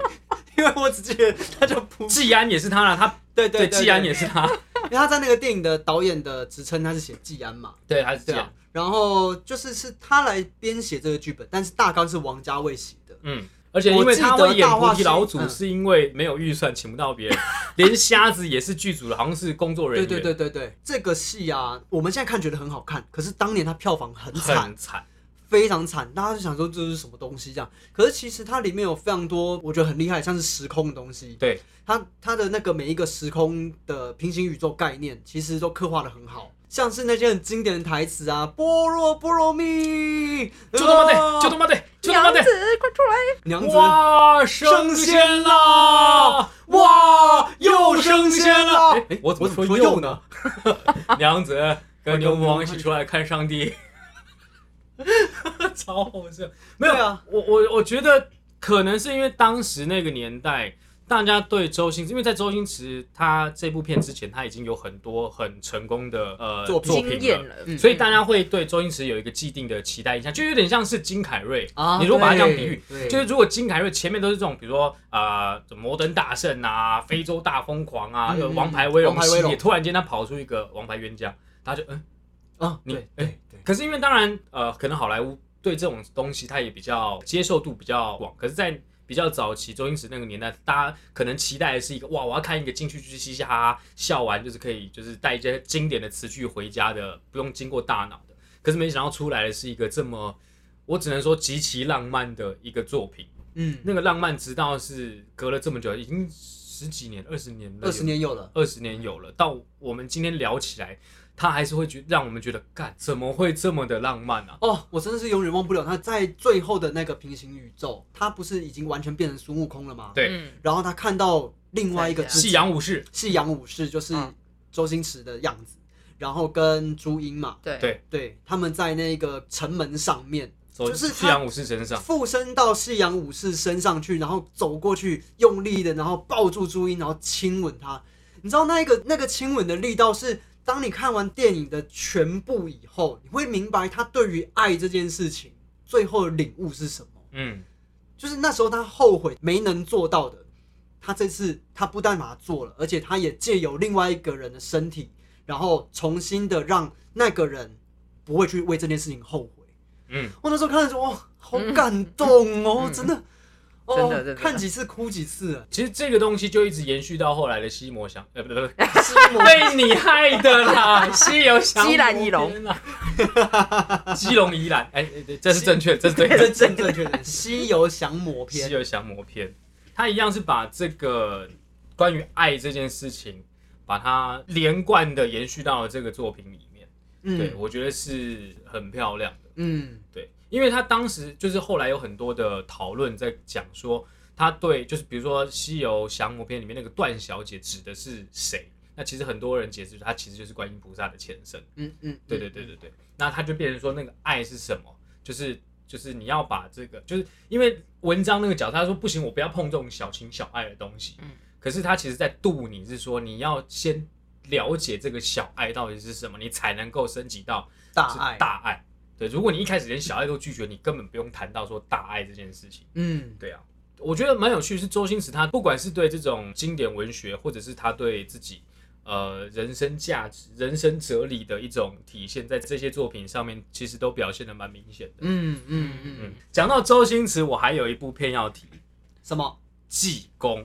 Speaker 1: 因为我只记得他叫菩，
Speaker 2: 季安也是他啦，他
Speaker 1: 对对
Speaker 2: 对季安
Speaker 1: 对
Speaker 2: 也是他，
Speaker 1: 因为他在那个电影的导演的职称他是写季安嘛，
Speaker 2: 对，还是
Speaker 1: 对
Speaker 2: 这
Speaker 1: 啊
Speaker 2: 样，，
Speaker 1: 然后就是是他来编写这个剧本，但是大纲是王家卫写的，
Speaker 2: 嗯。而且因为他会演菩提老
Speaker 1: 我记得大话西
Speaker 2: 祖，
Speaker 1: 嗯
Speaker 2: 是因为没有预算，请不到别人，连瞎子也是剧组的，好像是工作人
Speaker 1: 对
Speaker 2: 员，
Speaker 1: 对对对对，这个戏啊，我们现在看觉得很好看，可是当年它票房很惨
Speaker 2: 很，惨。
Speaker 1: 非常惨，大家就想说这是什么东西这样。可是其实它里面有非常多我觉得很厉害，像是时空的东西。
Speaker 2: 对，
Speaker 1: 它它的那个每一个时空的平行宇宙概念，其实都刻画的很好。像是那些很经典的台词啊，波若波罗蜜，
Speaker 2: 就他妈
Speaker 1: 哦
Speaker 2: 的，就他妈的，就他妈
Speaker 4: 娘
Speaker 2: 的
Speaker 4: 子，，快出来！
Speaker 1: 娘子，
Speaker 2: 哇，升仙啦！哇，又升仙了！哎、诶我怎
Speaker 1: 我
Speaker 2: 么
Speaker 1: 怎
Speaker 2: 说
Speaker 1: 么说
Speaker 2: 又
Speaker 1: 又
Speaker 2: 呢？
Speaker 1: 呢？
Speaker 2: 娘子跟牛魔王一起出来看上帝， 超好笑。没有
Speaker 1: 对啊，
Speaker 2: 我我我觉得可能是因为当时那个年代，大家对周星驰，因为在周星驰他这部片之前，他已经有很多很成功的呃
Speaker 1: 作
Speaker 2: 作
Speaker 1: 品
Speaker 2: 品
Speaker 4: 惊艳了，
Speaker 1: 嗯
Speaker 2: 所以大家会对周星驰有一个既定的期待印象，就有点像是金凯瑞
Speaker 1: 啊
Speaker 2: 你如果把它这样
Speaker 1: 对
Speaker 2: 比喻
Speaker 1: 对，
Speaker 2: 就是如果金凯瑞前面都是这种，比如说啊，呃摩登大圣啊、非洲大疯狂啊、
Speaker 1: 嗯
Speaker 2: 有王牌威龙
Speaker 1: 王牌威龙
Speaker 2: 系列，突然间他跑出一个王牌冤家，大家就嗯。
Speaker 1: 啊，
Speaker 2: 你
Speaker 1: 对
Speaker 2: 哎
Speaker 1: 对对，
Speaker 2: 可是因为当然，呃，可能好莱坞对这种东西它也比较接受度比较广，可是，在比较早期周星驰那个年代，大家可能期待的是一个哇，我要看一个进去就是嘻嘻哈哈笑完，就是可以就是带一些经典的词句回家的，不用经过大脑的。可是没想到出来的是一个这么，我只能说极其浪漫的一个作品。
Speaker 1: 嗯，
Speaker 2: 那个浪漫，直到是隔了这么久，已经十几年、二十年了，
Speaker 1: 二十年有了。
Speaker 2: 二十年有了，到我们今天聊起来，他还是会觉让我们觉得，干怎么会这么的浪漫啊？
Speaker 1: 哦，我真的是永远忘不了他在最后的那个平行宇宙，他不是已经完全变成孙悟空了吗？
Speaker 2: 对
Speaker 4: 嗯，
Speaker 1: 然后他看到另外一个
Speaker 4: 对
Speaker 1: 自己
Speaker 2: 夕阳武士，
Speaker 1: 夕阳武士就是
Speaker 4: 嗯
Speaker 1: 周星驰的样子，然后跟朱茵嘛，
Speaker 4: 对
Speaker 2: 对
Speaker 1: 对，他们在那个城门上面，
Speaker 2: 走
Speaker 1: 就是他
Speaker 2: 夕阳武士身上，
Speaker 1: 附身到夕阳武士身上去，然后走过去，用力的，然后抱住朱茵，然后亲吻她。你知道那一个那个亲吻的力道是，当你看完电影的全部以后，你会明白他对于爱这件事情最后的领悟是什么。
Speaker 2: 嗯，
Speaker 1: 就是那时候他后悔没能做到的，他这次他不但把它做了，而且他也借由另外一个人的身体，然后重新的让那个人不会去为这件事情后悔。
Speaker 2: 嗯，。
Speaker 1: 我那时候看的时候，哇，好感动哦，
Speaker 4: 嗯
Speaker 1: 真的，哦，
Speaker 4: 真的真的
Speaker 1: 看几次哭几次了
Speaker 2: 其实这个东西就一直延续到后来的西魔降，呃，不 不不，
Speaker 1: 西摩
Speaker 2: 被你害的啦，西游 降
Speaker 4: 西兰仪容
Speaker 2: 天啊， 基隆宜兰，哎、哎对这是正确，这是对的，
Speaker 1: 这真正确的《西游降魔篇
Speaker 2: 西》游降魔篇，它一样是把这个关于爱这件事情，把它连贯的延续到了这个作品里面。对，
Speaker 1: 嗯
Speaker 2: 我觉得是很漂亮的。
Speaker 1: 嗯，
Speaker 2: 对，因为他当时就是后来有很多的讨论在讲说，他对就是比如说《西游降魔篇》里面那个段小姐指的是谁？那其实很多人解释，她其实就是观音菩萨的前身。
Speaker 1: 嗯嗯，
Speaker 2: 对对对对对，那他就变成说那个爱是什么？就是就是你要把这个，就是因为文章那个角色他说不行，我不要碰这种小情小爱的东西。
Speaker 4: 嗯
Speaker 2: 可是他其实在度你是说你要先了解这个小爱到底是什么，你才能够升级到
Speaker 1: 大
Speaker 2: 是
Speaker 1: 爱，
Speaker 2: 大爱。对，如果你一开始连小爱都拒绝，你根本不用谈到说大爱这件事情。
Speaker 1: 嗯
Speaker 2: 对啊，我觉得蛮有趣，是周星驰他不管是对这种经典文学，或者是他对自己呃人生价值、人生哲理的一种体现，在这些作品上面其实都表现的蛮明显的。
Speaker 1: 嗯嗯嗯，
Speaker 2: 嗯，讲到周星驰，我还有一部片要提《
Speaker 1: 什么？
Speaker 2: 济公》，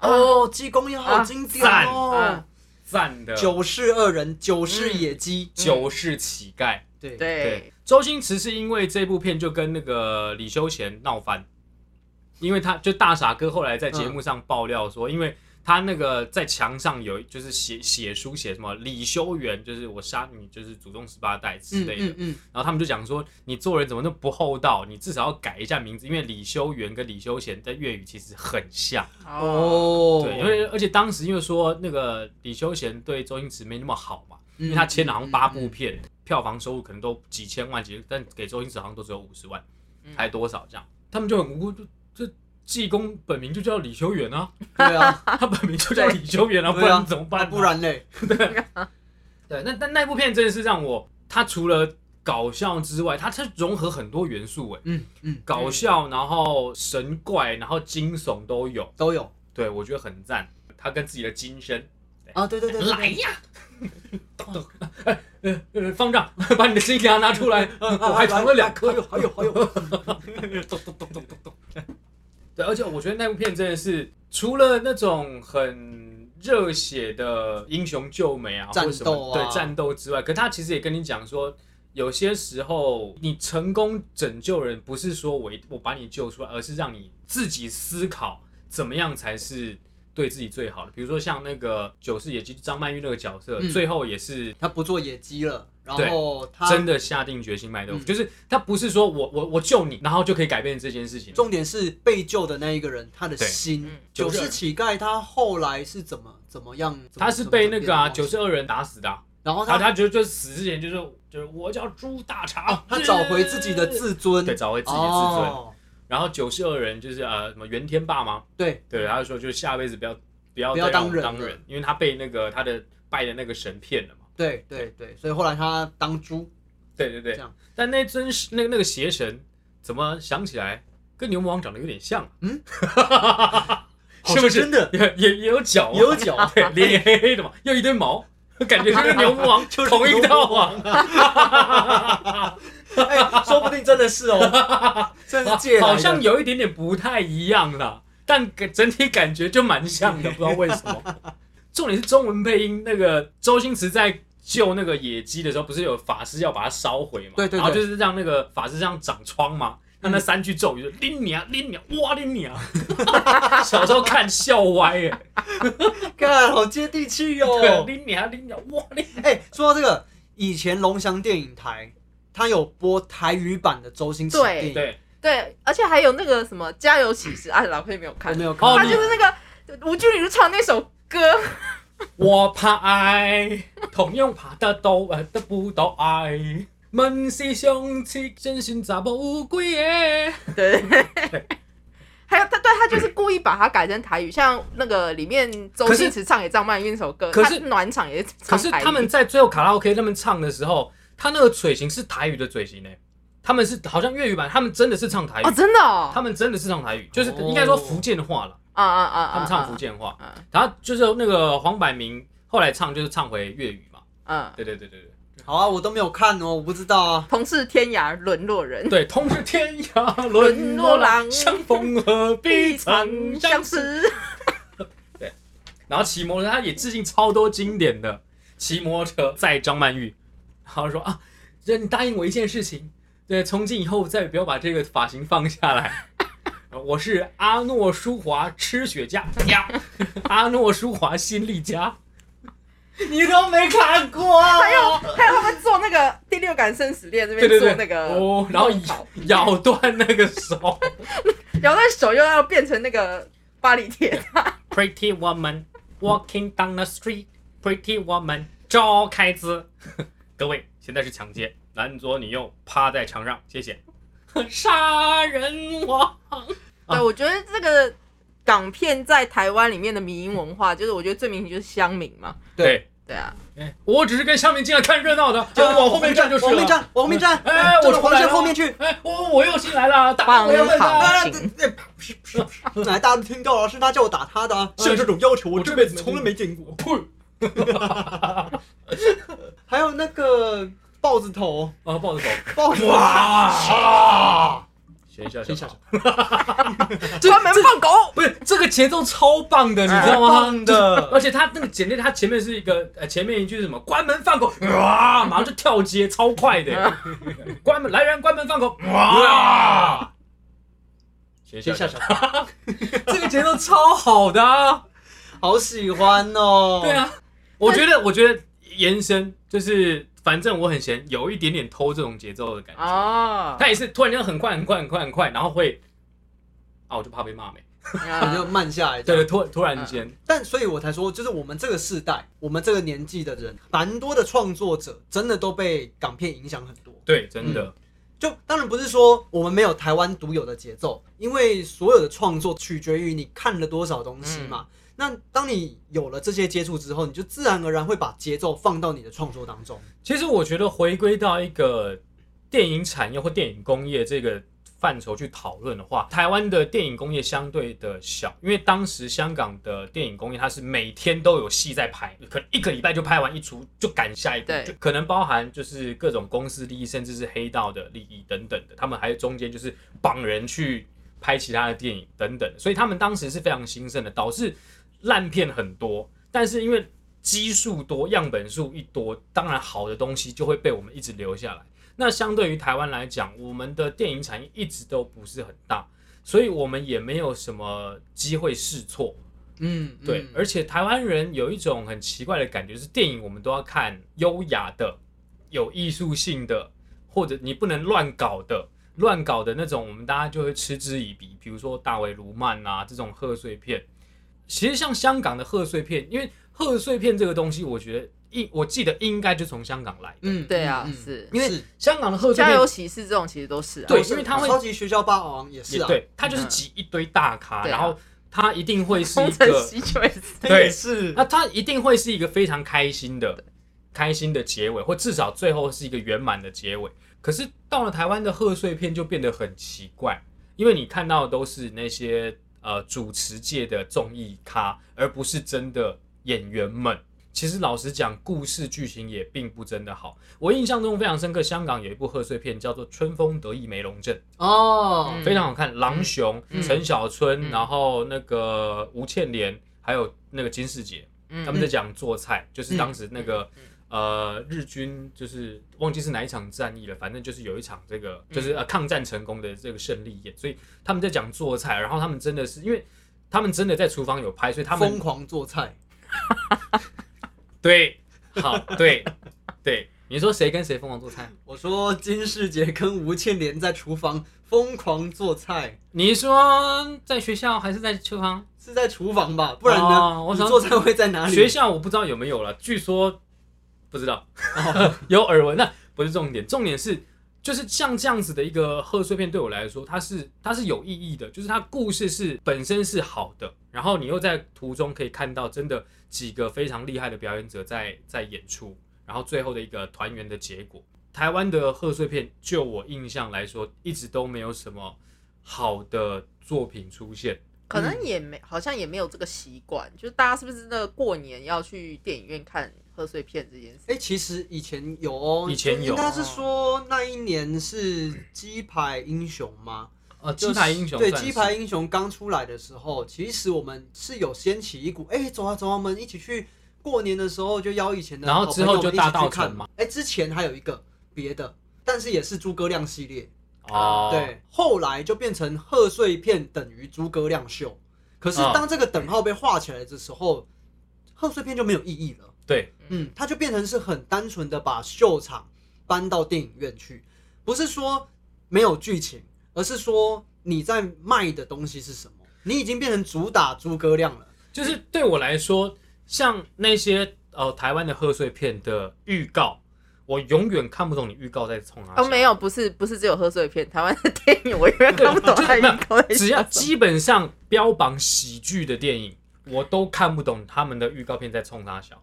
Speaker 1: 哦，济公也好
Speaker 4: 啊
Speaker 1: 经典
Speaker 2: 啊赞
Speaker 1: 哦
Speaker 4: 啊。，
Speaker 2: 赞的
Speaker 1: 九世恶人，九世
Speaker 4: 嗯
Speaker 1: 野鸡，
Speaker 2: 九世乞丐。
Speaker 1: 对嗯
Speaker 4: 对，，
Speaker 2: 周星驰是因为这部片就跟那个李修贤闹翻，因为他就大傻哥后来在节目上爆料说，因为他那个在墙上有就是写写书写什么李修缘，就是我杀你就是祖宗十八代之
Speaker 1: 嗯
Speaker 2: 类的。
Speaker 1: 嗯嗯，
Speaker 2: 然后他们就讲说，你做人怎么那么不厚道？你至少要改一下名字，因为李修缘跟李修贤在粤语其实很像。
Speaker 1: 哦，
Speaker 4: 哦，
Speaker 2: 对，因为而且当时因为说那个李修贤对周星驰没那么好嘛，因
Speaker 1: 嗯
Speaker 2: 为他签了好像八部片，票房收入可能都几千万，几但给周星驰好像都只有五十万，
Speaker 1: 嗯
Speaker 2: 还多少这样，他们就很无辜，就这济公本名就叫李修缘啊，
Speaker 1: 对啊，
Speaker 2: 他本名就叫李修缘啊， 不
Speaker 1: 对啊
Speaker 2: 然怎么
Speaker 1: 啊
Speaker 2: 办？
Speaker 1: 不然嘞，
Speaker 2: 对，那但那部片真的是让我，它除了搞笑之外，它它融合很多元素，哎，
Speaker 1: 嗯嗯，
Speaker 2: 搞笑，然后神怪，然后惊悚都有，
Speaker 1: 都有
Speaker 2: 对我觉得很赞。他跟自己的金身
Speaker 1: 啊，对对对，对
Speaker 2: 来， 呀，咚咚，呃呃，方丈，把你的金牙拿出来，
Speaker 1: 嗯
Speaker 2: 我还藏了两颗，
Speaker 1: 有还有还有，
Speaker 2: 咚咚咚咚咚咚。对，而且我觉得那部片真的是除了那种很热血的英雄救美啊，
Speaker 1: 战
Speaker 2: 或者什么
Speaker 1: 斗啊
Speaker 2: 对战斗之外，可他其实也跟你讲说，有些时候你成功拯救人，不是说我一我把你救出来，而是让你自己思考怎么样才是。对自己最好的，比如说像那个九世野鸡张曼玉那个角色，
Speaker 1: 嗯
Speaker 2: 最后也是
Speaker 1: 他不做野鸡了，然
Speaker 2: 对
Speaker 1: 后他
Speaker 2: 真的下定决心卖豆腐，
Speaker 1: 嗯
Speaker 2: 就是他不是说我我我救你，然后就可以改变这件事情。
Speaker 1: 重点是被救的那一个人，他的
Speaker 2: 对
Speaker 1: 心
Speaker 4: 嗯。
Speaker 1: 九
Speaker 2: 就是
Speaker 1: 世乞丐他后来是怎么怎么样？怎么
Speaker 2: 他是被那个啊
Speaker 1: 怎
Speaker 2: 九
Speaker 1: 么
Speaker 2: 十
Speaker 1: 变的
Speaker 2: 二人打死的啊、
Speaker 1: 然后
Speaker 2: 他
Speaker 1: 哦他
Speaker 2: 他就就死之前就是就是我叫猪大肠，
Speaker 1: 他找回自己的自尊，
Speaker 2: 对，找回自己的自尊。
Speaker 1: 哦
Speaker 2: 然后九十二人就是呃什么袁天霸吗？
Speaker 1: 对，
Speaker 2: 对，他就说就是下辈子不要不要
Speaker 1: 不要
Speaker 2: 再让我
Speaker 1: 当人
Speaker 2: 当
Speaker 1: 了
Speaker 2: 人，因为他被那个他的拜的那个神骗了嘛。
Speaker 1: 对对对，所以后来他当猪，
Speaker 2: 对对对
Speaker 1: 这样，
Speaker 2: 但那尊那个那个邪神怎么想起来跟牛魔王长得有点像、
Speaker 1: 嗯，
Speaker 2: 是不是
Speaker 1: 哦真的？
Speaker 2: 也也也有脚、啊，
Speaker 1: 也有脚
Speaker 2: 对，脸也黑黑的嘛，又一堆毛，感觉就是牛魔王
Speaker 1: 就是
Speaker 2: 同一啊
Speaker 1: 牛
Speaker 2: 道
Speaker 1: 魔
Speaker 2: 王
Speaker 1: 王。哎，说不定真的是哦， 真的是借来的
Speaker 2: 好像有一点点不太一样啦，但感整体感觉就蛮像的，不知道为什么。重点是中文配音，那个周星驰在救那个野鸡的时候，不是有法师要把它烧毁嘛？
Speaker 1: 对对对嗯
Speaker 2: 然后就是让那个法师这样长疮嘛。那那三句咒语就拎你啊，拎你啊，哇拎你啊！小时候看笑歪耶、
Speaker 1: 看好接地气
Speaker 2: 对，
Speaker 1: 哦。
Speaker 2: 拎你啊，拎你啊，哇拎你啊！
Speaker 1: 哎，说到这个，以前龙翔电影台它有播台语版的周星驰
Speaker 4: 对
Speaker 1: 电影，
Speaker 2: 对，
Speaker 4: 对，而且还有那个什么《加油喜事》啊，老佩没有
Speaker 1: 我
Speaker 4: 看，
Speaker 1: 没有
Speaker 2: 哦
Speaker 4: 他
Speaker 1: 看
Speaker 2: 你
Speaker 4: 就。是那个吴君如唱那首 歌，
Speaker 2: 我怕爱，同样怕得到，呃，得不到爱。问是相似，真心咋无鬼耶？
Speaker 4: 对对对。还有他对他就是故意把它改成台语，像那个里面周星驰唱给张曼玉那首歌，
Speaker 2: 可是
Speaker 4: 他暖场也
Speaker 2: 可
Speaker 4: 唱
Speaker 2: 是
Speaker 4: 台语。
Speaker 2: 他们在最后卡拉 OK 他们唱的时候，他那个嘴型是台语的嘴型呢、他们是好像粤语版，他们真的是唱台语，
Speaker 4: 哦，真的哦，
Speaker 2: 他们真的是唱台语，就是
Speaker 1: 哦
Speaker 2: 应该说福建话了，
Speaker 4: 啊啊啊啊，
Speaker 2: 他们唱福建话。
Speaker 4: 嗯
Speaker 2: 然后就是那个黄百鸣后来唱就是唱回粤语嘛，
Speaker 4: 嗯，
Speaker 2: 对对对对对。
Speaker 1: 好啊，我都没有看哦，我不知道啊。
Speaker 4: 同是天涯沦落人，
Speaker 2: 对，同是天涯沦落郎，相逢何必曾相识。
Speaker 4: 识。
Speaker 2: 然后骑摩托车，他也致敬超多经典的骑摩托车载张曼玉，然后说啊，这你答应我一件事情，对，从今以后再也不要把这个发型放下来。 我是阿诺舒华吃雪茄呀， 阿诺舒华新力加，你都没看过、啊，
Speaker 1: 哎
Speaker 2: 还有
Speaker 4: 还有他们做那个第六感生死恋这
Speaker 2: 对
Speaker 4: 边
Speaker 2: 对
Speaker 4: 做
Speaker 2: 对，
Speaker 4: 那个
Speaker 2: 哦，然后
Speaker 4: 弄草
Speaker 2: 咬咬断那个手
Speaker 4: 然后那手又要变成那个巴黎铁塔，
Speaker 2: ，Pretty woman walking down the street，Pretty woman 赵开姿。 各位，现在是抢劫，男左女右趴在墙上，谢 谢。杀人王，啊
Speaker 4: 对，我觉得这个港片在台湾里面的民营文化，就是我觉得最明显就是乡民嘛。
Speaker 2: 对，
Speaker 4: 对啊，
Speaker 2: 哎我只是跟乡民进来看热闹的，就往后面站就是了。
Speaker 1: 啊往后面站，往后面站，
Speaker 2: 哎，我
Speaker 1: 往
Speaker 2: 出
Speaker 1: 黄
Speaker 2: 来
Speaker 1: 线
Speaker 2: 了
Speaker 1: 后面去。
Speaker 2: 哎，我我又进来了，打
Speaker 4: 棒
Speaker 2: 我要被
Speaker 4: 好
Speaker 2: 打。
Speaker 1: 啊，
Speaker 4: 行
Speaker 1: 对
Speaker 2: 哎
Speaker 1: 对，哎来，大家都听到了，是他叫我打他的、啊。像这种要求，我这辈子从来没见过。
Speaker 2: 呸！
Speaker 1: 还有那个豹子头，
Speaker 2: 啊，抱着啊手，
Speaker 1: 豹子头，
Speaker 2: 哇！学一下，学
Speaker 1: 一下
Speaker 4: 专门放狗，
Speaker 2: 不是这个节奏超棒的，你知道吗？
Speaker 1: 超哎棒啊的
Speaker 2: 就是而且他那个简历，他前面是一个呃，前面一句是什么？关门放狗，哇，马上就跳街，超快的。关门来人，关门放狗，哇！学一
Speaker 1: 学一下
Speaker 2: 下，这个节奏超好的啊、
Speaker 1: 好喜欢哦。
Speaker 6: 对，啊，
Speaker 2: 我觉得，我觉得延伸就是，反正我很闲，有一点点偷这种节奏的感觉。
Speaker 4: 哦，
Speaker 2: 他也是突然间很快、很快、很快、很快，然后会啊，我就怕被骂没。
Speaker 4: 啊
Speaker 1: 你就慢下来。
Speaker 2: 对对，，突突然间，
Speaker 1: 但所以我才说，就是我们这个世代，我们这个年纪的人，蛮多的创作者真的都被港片影响很多。
Speaker 2: 对，真的，
Speaker 1: 就当然不是说我们没有台湾独有的节奏，因为所有的创作取决于你看了多少东西嘛。
Speaker 2: 嗯
Speaker 1: 那当你有了这些接触之后，你就自然而然会把节奏放到你的创作当中。
Speaker 2: 其实我觉得回归到一个电影产业或电影工业这个范畴去讨论的话，台湾的电影工业相对的小，因为当时香港的电影工业它是每天都有戏在拍，可能一个礼拜就拍完一出，就赶下一部
Speaker 4: 对，
Speaker 2: 就可能包含就是各种公司利益，甚至是黑道的利益等等的，他们还中间就是绑人去拍其他的电影等等的，所以他们当时是非常兴盛的，导致烂片很多，但是因为基数多，样本数一多，当然好的东西就会被我们一直留下来。那相对于台湾来讲，我们的电影产业一直都不是很大，所以我们也没有什么机会试错。
Speaker 1: 嗯，
Speaker 2: 对，
Speaker 1: 嗯
Speaker 2: 而且台湾人有一种很奇怪的感觉，就是电影我们都要看优雅的、有艺术性的，或者你不能乱搞的。乱搞的那种，我们大家就会嗤之以鼻。比如说大卫·卢曼啊，这种贺岁片，其实像香港的贺岁片，因为贺岁片这个东西，我觉得应我记得应该就从香港来的。
Speaker 1: 嗯
Speaker 4: 对啊
Speaker 1: 嗯嗯
Speaker 4: 是
Speaker 1: 因为
Speaker 2: 香港的贺岁
Speaker 4: 家
Speaker 2: 片
Speaker 4: 有喜事这种其实都是啊，
Speaker 2: 对
Speaker 1: 是
Speaker 2: 因为他会
Speaker 1: 超级学校霸王也是
Speaker 2: 也
Speaker 1: 啊，
Speaker 2: 对，他就是
Speaker 4: 嗯
Speaker 2: 集一堆大咖，
Speaker 4: 对啊
Speaker 2: 然后他一定会是一
Speaker 4: 工程
Speaker 2: 个，
Speaker 4: 西就会 是
Speaker 1: 他
Speaker 2: 对
Speaker 1: 也是
Speaker 2: 那他一定会是一个非常开心的、开心的结尾，或至少最后是一个圆满的结尾。可是到了台湾的贺岁片就变得很奇怪，因为你看到的都是那些呃主持界的综艺咖，而不是真的演员们。其实老实讲，故事剧情也并不真的好。我印象中非常深刻，香港有一部贺岁片叫做《春风得意梅龙镇》。
Speaker 1: 哦，
Speaker 4: 嗯
Speaker 2: 非常好看，狼雄、
Speaker 4: 嗯
Speaker 2: 陈小春，
Speaker 4: 嗯
Speaker 2: 然后那个吴倩莲，还有那个金世杰，
Speaker 4: 嗯
Speaker 2: 他们在讲做菜，就是当时那个呃日军就是忘记是哪一场战役了，反正就是有一场这个就是呃抗战成功的这个胜利宴，所以他们在讲做菜，然后他们真的是因为他们真的在厨房有拍，所以他
Speaker 1: 疯
Speaker 2: 们
Speaker 1: 狂做菜，
Speaker 2: 对好对对，你说谁跟谁疯狂做菜？
Speaker 1: 我说金世杰跟吴倩莲在厨房疯狂做菜，
Speaker 2: 你说在学校还是在厨房？
Speaker 1: 是在厨房吧？不然呢？
Speaker 2: 哦我
Speaker 1: 你
Speaker 2: 想
Speaker 1: 做菜会在哪里？
Speaker 2: 学校我不知道有没有了，据说不知道， 有耳闻。那不是重点，重点是就是像这样子的一个贺岁片，对我来说，它是它是有意义的，就是它故事是本身是好的，然后你又在途中可以看到真的几个非常厉害的表演者在在演出，然后最后的一个团圆的结果。台湾的贺岁片，就我印象来说，一直都没有什么好的作品出现。
Speaker 4: 可能也没，好像也没有这个习惯，就是大家是不是真的过年要去电影院看贺岁片这件事？
Speaker 1: 哎、其实以前有哦，
Speaker 2: 以前有
Speaker 1: 应该是说那一年是《鸡排英雄》吗？
Speaker 2: 呃，鸡
Speaker 1: 就是
Speaker 2: 排英雄
Speaker 1: 对，《
Speaker 2: 算是
Speaker 1: 鸡排英雄》刚出来的时候，其实我们是有掀起一股，哎、走啊走啊，我们一起去。过年的时候就邀以前的
Speaker 2: 然后
Speaker 1: 好
Speaker 2: 之
Speaker 1: 朋
Speaker 2: 后
Speaker 1: 友
Speaker 2: 就
Speaker 1: 们一
Speaker 2: 大
Speaker 1: 起去
Speaker 2: 道
Speaker 1: 看
Speaker 2: 城嘛。
Speaker 1: 哎、之前还有一个别的，但是也是诸葛亮系列。
Speaker 2: 哦，
Speaker 1: 对，后来就变成贺岁片等于诸葛亮秀。可是
Speaker 2: 嗯
Speaker 1: 当这个等号被画起来的时候，贺岁片就没有意义了。
Speaker 2: 对，
Speaker 1: 嗯，它就变成是很单纯的把秀场搬到电影院去，不是说没有剧情，而是说你在卖的东西是什么，你已经变成主打诸葛亮了。
Speaker 2: 就是对我来说，像那些呃台湾的贺岁片的预告，我永远看不懂你预告在冲哪。
Speaker 4: 哦，没，有，不是，不是只有贺岁片， 台湾的电影我永远看不懂
Speaker 2: 就是
Speaker 4: 他
Speaker 2: 没
Speaker 4: 们口在
Speaker 2: 只要
Speaker 4: 想什 么
Speaker 2: 基本上标榜喜剧的电影，我都看不懂他们的预告片在冲哪小。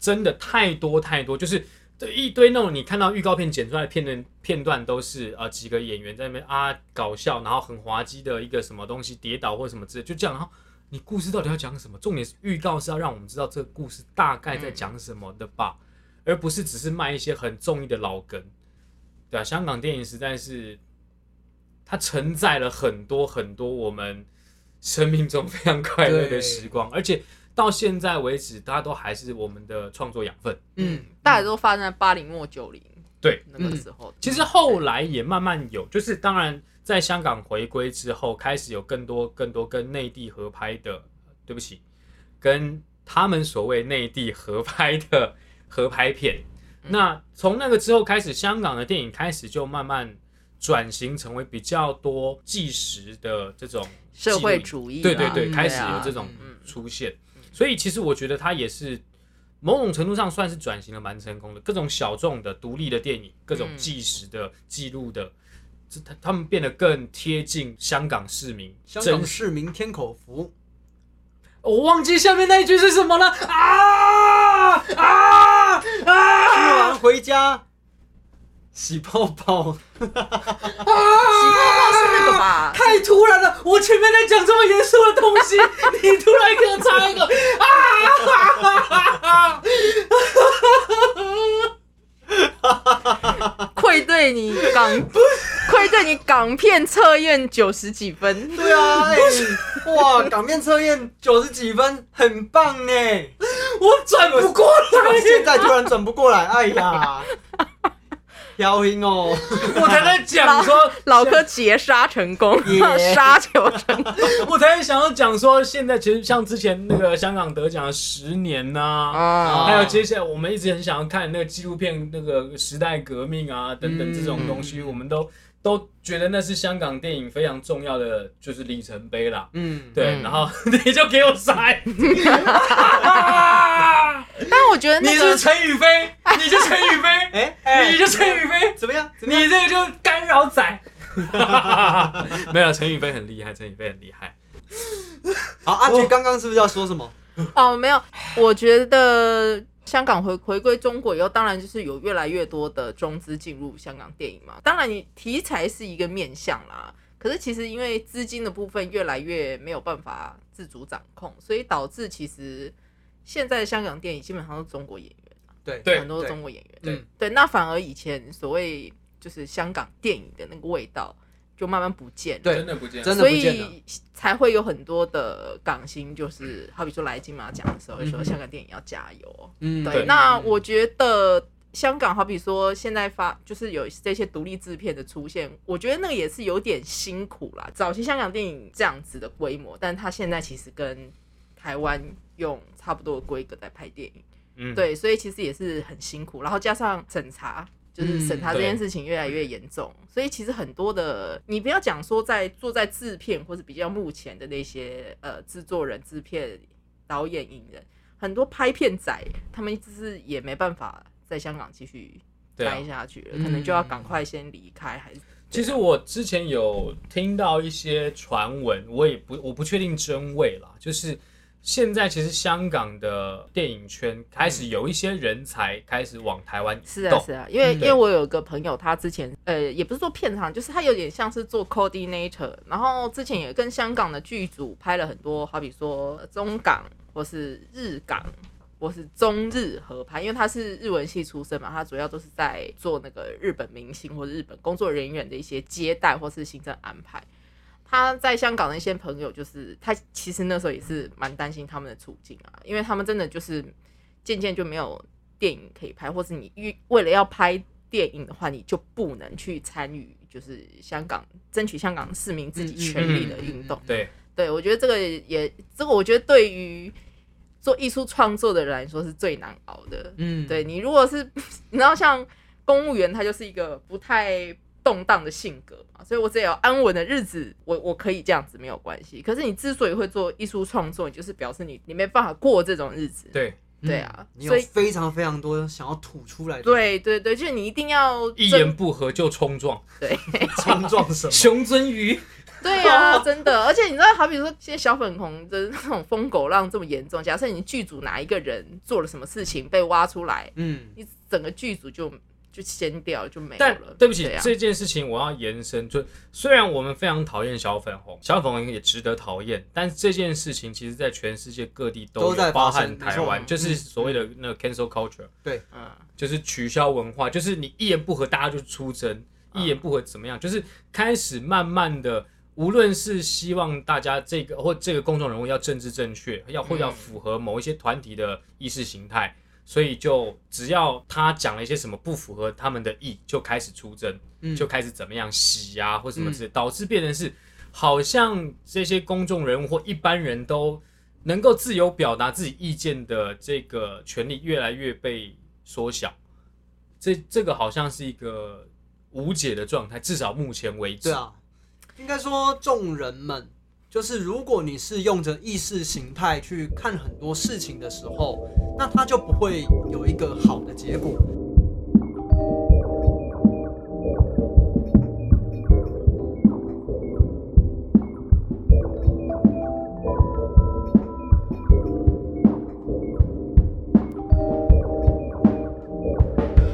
Speaker 2: 真的太多太多，就是这一堆那种你看到预告片剪出来的片段片段都是呃几个演员在那边啊搞笑，然后很滑稽的一个什么东西跌倒或什么之类，就这样。然后你故事到底要讲什么？重点是预告是要让我们知道这个故事大概在讲什么的吧，而不是只是卖一些很中意的老梗。对啊，香港电影实在是它承载了很多很多我们生命中非常快乐的
Speaker 1: 对
Speaker 2: 时光，而且到现在为止，它都还是我们的创作养分。
Speaker 1: 嗯，
Speaker 4: 大家都发生在八零末九零
Speaker 2: 对，嗯
Speaker 4: 那个时候。
Speaker 2: 其实后来也慢慢有，就是当然在香港回归之后，开始有更多更多跟内地合拍的，对不起，跟他们所谓内地合拍的 合拍片。
Speaker 4: 嗯
Speaker 2: 那从那个之后开始，香港的电影开始就慢慢转型成为比较多纪实的这种
Speaker 4: 社会
Speaker 2: 纪录
Speaker 4: 主义啊，
Speaker 2: 对对对，
Speaker 4: 嗯
Speaker 2: 开始有
Speaker 4: 啊
Speaker 2: 这种
Speaker 4: 嗯
Speaker 2: 出现，所以其实我觉得它也是某种程度上算是转型的蛮成功的，各种小众的独立的电影，各种
Speaker 4: 嗯
Speaker 2: 纪实的记录的，这他他们变得更贴近香港市民，
Speaker 1: 香
Speaker 2: 真
Speaker 1: 港
Speaker 2: 实
Speaker 1: 市民天口福，
Speaker 6: 我忘记下面那一句是什么了啊啊
Speaker 1: 吃
Speaker 6: 啊！
Speaker 1: 完回家洗泡 泡，
Speaker 4: 喜泡泡啊是那个吧？
Speaker 6: 太突然了，我前面在讲这么严肃的东西，你突然给我插一个啊！
Speaker 4: 愧对你港， 愧对你港片测验九十几分。
Speaker 1: 对啊，哎、哇，港片测验九十几分，很 棒呢。
Speaker 6: 我转不过
Speaker 1: 我
Speaker 6: 来，
Speaker 1: 现在突然转不过来，哎呀，飘音 哦，
Speaker 6: 我才在讲说，
Speaker 4: 老柯截杀成功
Speaker 1: 耶，
Speaker 4: 杀球成功
Speaker 2: 我才想要讲说，现在其实像之前那个香港得奖的十年呐、
Speaker 4: 啊！
Speaker 2: 还有接下来我们一直很想要看那个纪录片，那个时代革命啊等等这种东西，我们都都觉得那是香港电影非常重要的就是里程碑啦。
Speaker 1: 嗯，
Speaker 2: 对，
Speaker 4: 嗯
Speaker 2: 然后 你就给我傻眼，
Speaker 4: 但我觉得
Speaker 2: 你
Speaker 4: 那
Speaker 2: 是
Speaker 4: 个
Speaker 2: 陈宇飞，你就陈宇飞，
Speaker 1: 哎哎、
Speaker 2: 你就陈宇飞，
Speaker 1: 怎么样？怎么样？
Speaker 2: 你这个就干扰仔。没有，陈宇飞很厉害，陈宇飞很厉害。
Speaker 1: 好，阿菊刚刚是不是要说什么？
Speaker 4: 哦，没有，我觉得香港回回归中国以后，当然就是有越来越多的中资进入香港电影嘛。当然，你题材是一个面向啦，可是其实因为资金的部分越来越没有办法自主掌控，所以导致其实现在的香港电影基本上都是中国演员，
Speaker 1: 对
Speaker 2: 对
Speaker 4: 很多
Speaker 1: 对
Speaker 4: 中国演员。
Speaker 2: 对
Speaker 1: 嗯
Speaker 4: 对，那反而以前所谓就是香港电影的那个味道，就慢慢不见了。
Speaker 1: 对
Speaker 2: 真的不见了。
Speaker 1: 真的
Speaker 4: 所
Speaker 1: 不见了。
Speaker 4: 以才会有很多的港星，就是好比说来金马奖的时候，会说香港电影要加油哦。
Speaker 1: 嗯，
Speaker 4: 对，那我觉得呃香港好比说现在发就是有这些独立制片的出现，我觉得那个也是有点辛苦啦。早期香港电影这样子的规模，但它现在其实跟台湾用差不多的规格在拍电影。
Speaker 2: 嗯，
Speaker 4: 对，所以其实也是很辛苦，然后加上审查，就是审查
Speaker 2: 嗯
Speaker 4: 这件事情越来越严重，所以其实很多的，你不要讲说在坐在制片或是比较目前的那些呃制作人、制片、导演、影人，很多拍片仔，他们就是也没办法在香港继续
Speaker 2: 对啊嗯
Speaker 4: 待下去了，可能就要赶快先离开，还是
Speaker 2: 其实我之前有听到一些传闻，我也不我不确定真伪啦，就是现在其实香港的电影圈开始有一些人才开始往台湾
Speaker 4: 是
Speaker 2: 移
Speaker 4: 啊
Speaker 2: 动，
Speaker 4: 是啊，因为、
Speaker 1: 嗯
Speaker 4: 因为我有个朋友，他之前呃也不是做片场，就是他有点像是做 coordinator，然后之前也跟香港的剧组拍了很多，好比说呃中港或是日港。或是中日合拍，因为他是日文系出身嘛，他主要都是在做那个日本明星或者日本工作人员的一些接待或是行政安排。他在香港的一些朋友，就是他其实那时候也是蛮担心他们的处境啊，因为他们真的就是渐渐就没有电影可以拍，或是你预为了要拍电影的话，你就不能去参与，就是香港争取香港市民自己权利的运动。
Speaker 2: 对，
Speaker 4: 对我觉得这个也，这个我觉得对于做艺术创作的人来说是最难熬的。
Speaker 1: 嗯，
Speaker 4: 对你如果是你知道像公务员，他就是一个不太动荡的性格嘛，所以我只要有安稳的日子，我我可以这样子没有关系。可是你之所以会做艺术创作，你就是表示你你没办法过这种日子。
Speaker 2: 对
Speaker 4: 对啊，
Speaker 1: 你有
Speaker 4: 所以
Speaker 1: 非常非常多想要吐出来的
Speaker 4: 对对对，就是你一定要
Speaker 2: 一
Speaker 4: 真
Speaker 2: 言不合就冲撞，
Speaker 4: 对
Speaker 1: 冲撞 什么？
Speaker 2: 熊鳟鱼，
Speaker 4: 对 呀、真的。而且你知道，好比说现在小粉红的那种疯狗浪这么严重，假设你剧组哪一个人做了什么事情被挖出来，
Speaker 1: 嗯，
Speaker 4: 你整个剧组就就掀掉就没有
Speaker 2: 但
Speaker 4: 了。
Speaker 2: 对不起，
Speaker 4: 啊、
Speaker 2: 这件事情我要延伸，就虽然我们非常讨厌小粉红，小粉红也值得讨厌，但是这件事情其实在全世界各地
Speaker 1: 都
Speaker 2: 有
Speaker 1: 在
Speaker 2: 包
Speaker 1: 发生
Speaker 2: 含台
Speaker 1: 没错
Speaker 2: 湾，就是
Speaker 1: 嗯
Speaker 2: 所谓的那个 cancel culture。
Speaker 4: 嗯，
Speaker 2: 就是取消文化，就是你一言不合大家就出征，一言不合怎么样？就是开始慢慢的，无论是希望大家这个或这个公众人物要政治正确，要或要符合某一些团体的意识形态，所以就只要他讲了一些什么不符合他们的意，就开始出征，
Speaker 1: 嗯
Speaker 2: 就开始怎么样洗啊或什么之类，导致变成是好像这些公众人物或一般人都能够自由表达自己意见的这个权利越来越被缩小，这这个好像是一个无解的状态，至少目前为止。
Speaker 1: 对，啊，应该说众人们，就是如果你是用着意识形态去看很多事情的时候，那它就不会有一个好的结果。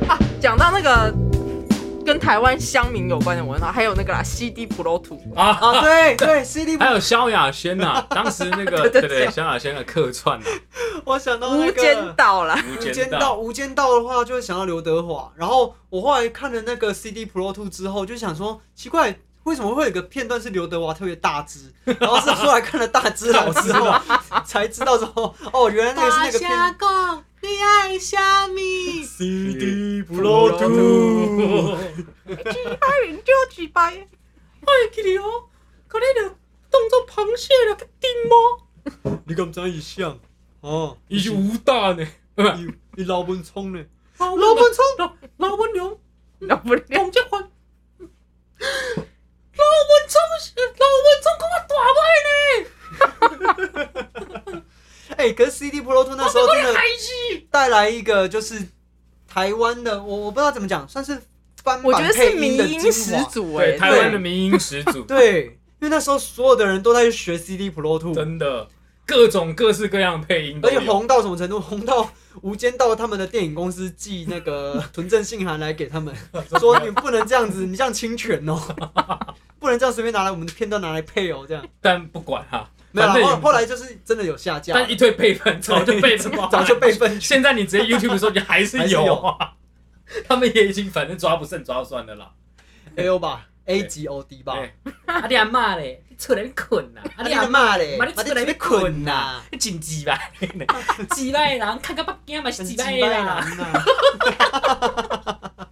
Speaker 4: 啊，讲到那个跟台湾乡民有关的文化，还有那个啦，CD Pro 图，
Speaker 2: 啊，
Speaker 1: 啊，对对，CD，
Speaker 2: 还有萧亚轩呐，当时那 个
Speaker 4: 对
Speaker 2: 对
Speaker 4: 对
Speaker 2: 对
Speaker 4: 萧
Speaker 2: 对，萧亚轩的客串啊，
Speaker 1: 我想
Speaker 6: 哦
Speaker 1: 到
Speaker 4: 无
Speaker 1: 那
Speaker 4: 间
Speaker 1: 个。
Speaker 4: 道啦，
Speaker 2: 无
Speaker 1: 无间
Speaker 2: 间
Speaker 1: 道，
Speaker 2: 道，
Speaker 1: 无间道的话就会想到刘德华。然后我后来看了那个 CD Pro Two 之后，就想说奇怪，为什么会有一个片段是刘德华特别大只？然后是后来看了大只老师后， 才知道说哦，原来那个是那个片段。
Speaker 6: 公，你爱虾米？
Speaker 2: CD
Speaker 1: 不露
Speaker 2: 图，
Speaker 4: 举白人就举白，
Speaker 6: 哎，记得哦，可能就当做螃蟹了，个丁哦。
Speaker 1: 你敢长一像哦，
Speaker 2: 一句无大呢，不是
Speaker 1: 你你老本葱呢？
Speaker 6: 老
Speaker 1: 老本葱，
Speaker 6: 老老文龙，
Speaker 4: 那不了，
Speaker 6: 董结婚。老文聪是，老文聪跟我大麦呢，
Speaker 1: 哎、可是 CD Pro Two 那时候
Speaker 6: 我
Speaker 1: 真
Speaker 6: 的
Speaker 1: 的
Speaker 6: 海是
Speaker 1: 带来一个就是台湾的，我我不知道怎么讲，算是翻
Speaker 4: 我觉
Speaker 1: 版
Speaker 4: 得是
Speaker 1: 配音
Speaker 4: 民
Speaker 1: 的
Speaker 4: 音
Speaker 1: 精
Speaker 4: 始
Speaker 1: 华。
Speaker 4: 祖哎、
Speaker 2: 对，台湾的民音始祖，
Speaker 1: 对，因为那时候所有的人都在学 CD Pro Two，
Speaker 2: 真的各种各式各样配音都
Speaker 1: 而且
Speaker 2: 有。
Speaker 1: 红到什么程度？红到《无间道》他们的电影公司寄那 个纯正信函来给他 们，说你不能这样子，你这样侵权哦， 不能这样随便拿来我们的片段拿来配哦，这样。
Speaker 2: 但不管哈，
Speaker 1: 没有啦，
Speaker 2: 反正
Speaker 1: 后
Speaker 2: 也
Speaker 1: 后来就是真的有下架，
Speaker 2: 但一堆备份早就备 份
Speaker 1: 早就备份去。
Speaker 2: 啊现在你直接 YouTube 说你还是
Speaker 1: 还是
Speaker 2: 有
Speaker 1: 有
Speaker 2: 啊， 他们也已经反正抓不胜抓不算的啦。
Speaker 1: A O 哎吧，A G O D 吧。
Speaker 2: 对
Speaker 6: 啊，你阿嬷嘞，你出来你困呐，啊，
Speaker 1: 啊
Speaker 6: 你
Speaker 1: 你
Speaker 6: 阿
Speaker 1: 阿
Speaker 6: 嬷
Speaker 1: 骂嘞，把
Speaker 6: 嘛你
Speaker 1: 你
Speaker 6: 出来
Speaker 1: 在
Speaker 6: 要
Speaker 1: 那
Speaker 6: 困
Speaker 1: 困
Speaker 6: 呐
Speaker 1: 呐，
Speaker 2: 你真鸡吧？
Speaker 6: 几百人， 看个北京嘛是
Speaker 1: 真
Speaker 6: 几
Speaker 1: 鸡
Speaker 6: 百
Speaker 1: 掰
Speaker 6: 人
Speaker 1: 人
Speaker 6: 啊。
Speaker 1: 呐。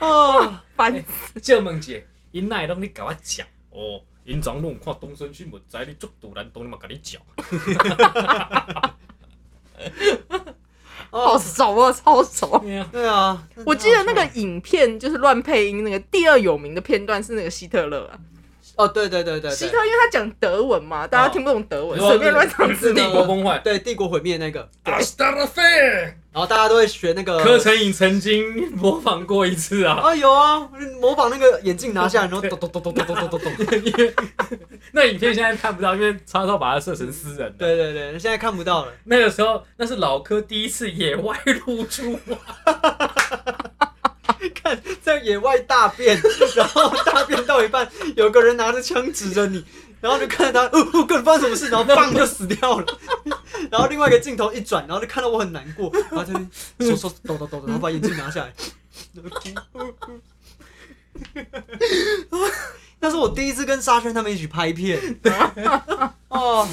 Speaker 1: 哦，
Speaker 4: 翻
Speaker 2: 借问者，因哪会拢咧甲我讲？哦，因昨拢有看东森新闻，知你足突然，当然嘛甲你讲。
Speaker 4: 好
Speaker 1: 哦，
Speaker 4: 熟啊，超熟。
Speaker 2: 对 啊，
Speaker 1: 对啊，
Speaker 4: 我记得那个影片就是乱配音，那个第二有名的片段是那个希特勒啊，
Speaker 1: 哦，对对对对
Speaker 4: 希
Speaker 1: 对
Speaker 4: 特，勒因为他讲德文嘛，大家听不懂德文，
Speaker 2: 哦
Speaker 4: 随便乱讲
Speaker 2: 是
Speaker 4: 字
Speaker 2: 帝
Speaker 4: 典。
Speaker 2: 国崩 坏。
Speaker 1: 对帝国毁灭那个，
Speaker 2: 阿斯达拉费，
Speaker 1: 然后大家都会学那个
Speaker 2: 柯晨颖曾经模仿过一次啊，
Speaker 1: 啊，有啊，模仿那个眼镜拿下来，然后
Speaker 2: 对
Speaker 1: 哦咚咚咚咚咚咚咚咚。
Speaker 2: 因为 那影片现在看不到，因为叉烧把它设成私人的。
Speaker 1: 对对对，现在看不到了。
Speaker 2: 那个时候，那是老柯第一次野外露出啊，
Speaker 1: 看在野外大便， 然后大便到一半，有个人拿着枪指着你，然后就看着他，哦，哦，个人发生什么事，然后砰就死掉了。然后另外一个镜头一转，然后就看到我很难过，然后他就手手抖抖抖抖，然后把眼镜拿下来， 然后哭。哦哦那是我第一次跟沙宣他们一起拍片， 哦，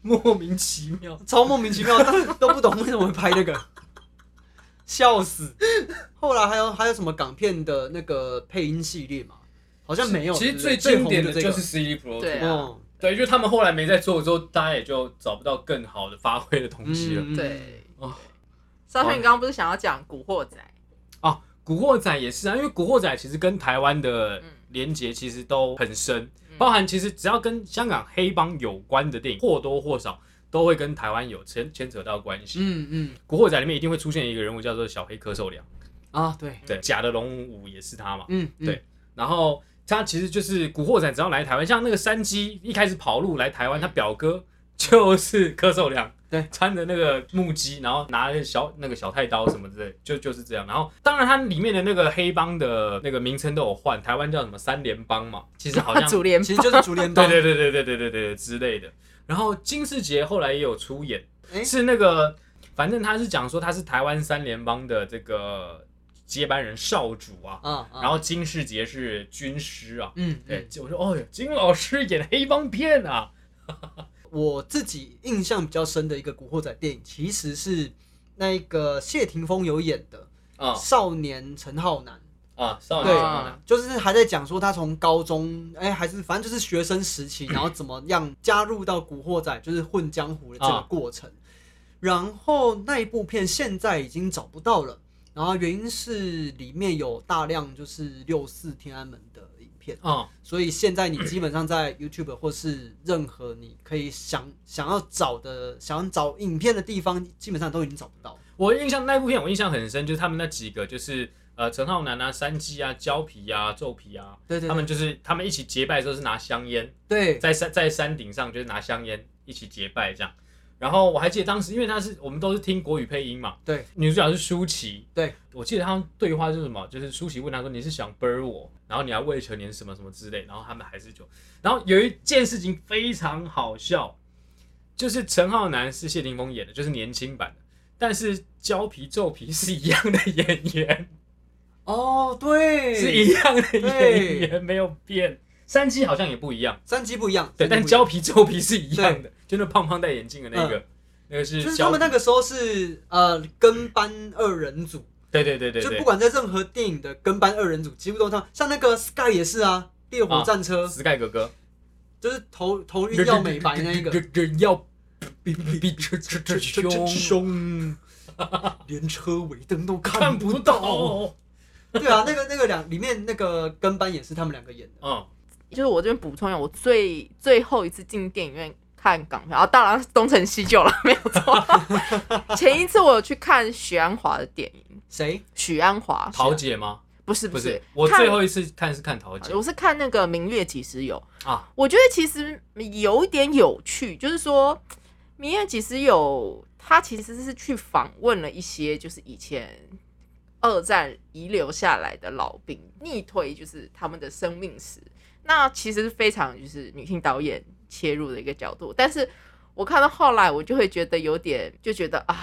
Speaker 2: 莫名其妙。
Speaker 1: 超莫名其妙，都都不懂为什么会拍那个，笑死。后来还有还有什么港片的那个配音系列嘛？好像没有。
Speaker 2: 其实
Speaker 1: 对不
Speaker 2: 最
Speaker 1: 对
Speaker 2: 经
Speaker 1: 红
Speaker 2: 典的
Speaker 1: 这个
Speaker 2: 就是 CD Pro，
Speaker 4: 对啊
Speaker 1: 嗯，
Speaker 2: 对，因为他们后来没在做之后，大家也就找不到更好的发挥的东西了。
Speaker 1: 嗯
Speaker 4: 对
Speaker 2: 哦，
Speaker 4: 沙宣，你刚刚不是想要讲《古惑仔》？
Speaker 2: 啊，古惑仔也是啊，因为古惑仔其实跟台湾的
Speaker 4: 嗯
Speaker 2: 连结其实都很深，包含其实只要跟香港黑帮有关的电影，或多或少都会跟台湾有牵牵扯到关系。
Speaker 1: 嗯嗯
Speaker 2: 古惑仔里面一定会出现一个人物叫做小黑柯受良，
Speaker 1: 啊，对，
Speaker 4: 嗯
Speaker 2: 对，假的龙武也是他嘛。
Speaker 1: 嗯，嗯
Speaker 2: 对然后他其实就是古惑仔，只要来台湾，像那个山鸡一开始跑路来台湾，他表哥就是柯受良，
Speaker 1: 对，
Speaker 2: 穿着那个木屐，然后拿着小那个小太刀什么之类，就就是这样。然后当然它里面的那个黑帮的那个名称都有换，台湾叫什么三联帮嘛，其实
Speaker 1: 啊
Speaker 2: 好像
Speaker 4: 主联
Speaker 1: 其实就是竹联 帮。
Speaker 2: 对对对对对对对对之类的。然后金世杰后来也有出演，
Speaker 1: 诶
Speaker 2: 是那个反正他是讲说他是台湾三联帮的这个接班人少主啊，
Speaker 1: 啊，啊
Speaker 2: 然后金世杰是军师啊，
Speaker 1: 嗯，
Speaker 2: 对
Speaker 1: 对，，
Speaker 2: 我说哦哟，金老师演黑帮片啊，
Speaker 1: 我自己印象比较深的一个古惑仔电影，其实是那个谢霆锋有演的
Speaker 2: 啊
Speaker 1: 《少年陈浩南》。
Speaker 6: 啊，少女
Speaker 1: 对
Speaker 6: 漫画
Speaker 1: 就是还在讲说他从高中，哎、还是反正就是学生时期， 然后怎么样加入到古惑仔，就是混江湖的这个过程。然后那一部片现在已经找不到了，然后原因是里面有大量就是六四天安门的影片，
Speaker 2: 嗯，
Speaker 1: 所以现在你基本上在 YouTube 或是任何你可以想想要找的、想要找影片的地方，基本上都已经找不到。
Speaker 2: 我印象那部片我印象很深，就是他们那几个就是呃陈浩南啊、山鸡啊、胶皮啊、皱皮啊，
Speaker 1: 对对
Speaker 2: 他们就是他们一起结拜的时候是拿香烟，
Speaker 1: 对，
Speaker 2: 在山在山顶上就是拿香烟一起结拜这样。然后我还记得当时，因为他是我们都是听国语配音嘛，
Speaker 1: 对，
Speaker 2: 女主角是舒淇，
Speaker 1: 对，
Speaker 2: 我记得他们对话就是什么，就是舒淇问他说你是想 burn 我，然后你还未成年什么什么之类，然后他们还是就，然后有一件事情非常好笑，就是陈浩南是谢霆锋演的，就是年轻版的，但是胶皮皱皮是一样的演员，
Speaker 1: 哦，对，
Speaker 2: 是一样的
Speaker 1: 对
Speaker 2: 演员没有 变，山鸡好像也不一样。
Speaker 1: 三集不一样，
Speaker 2: 对，
Speaker 1: 三
Speaker 2: 但
Speaker 1: 集不一样
Speaker 2: 胶皮皱皮是一样的，就那胖胖戴眼镜的那个，那个是
Speaker 1: 嗯就是
Speaker 2: 胶
Speaker 1: 他
Speaker 2: 皮
Speaker 1: 们那个时候是呃跟班二人组，
Speaker 2: 对对对对
Speaker 1: 就
Speaker 2: 对
Speaker 1: 不，管在任何电影的跟班二人组，几乎都他们像那个 Sky 也是啊，烈火战 车、
Speaker 2: Sky 哥哥
Speaker 1: 就是头头晕要美 白那一
Speaker 2: 哥
Speaker 1: 个，
Speaker 2: 哥要比比比这这这凶
Speaker 1: 凶，嗯连车尾灯都
Speaker 2: 看
Speaker 1: 看
Speaker 2: 不
Speaker 1: 不到。
Speaker 2: 到，
Speaker 1: 对啊，那个那个两里面那个跟班也是他们两个演的，
Speaker 2: 嗯，
Speaker 4: 就是我这边补充一下，我最最后一次进电影院看港片，啊，当然是东成西就了，没有 错。前一次我有去看许鞍华的电影，
Speaker 1: 谁？
Speaker 4: 许鞍华
Speaker 2: 桃姐吗？
Speaker 4: 不是
Speaker 2: 不
Speaker 4: 不是
Speaker 2: 是，，我
Speaker 4: 看
Speaker 2: 最后一次看是看桃姐
Speaker 4: 我是看那个《明月几时有》
Speaker 2: 啊，
Speaker 4: 我觉得其实有一点有趣，就是说《明月几时有》他其实是去访问了一些就是以前二战遗留下来的老兵，逆推就是他们的生命史。那其实是非常就是女性导演切入的一个角度，但是我看到后来，我就会觉得有点就觉得啊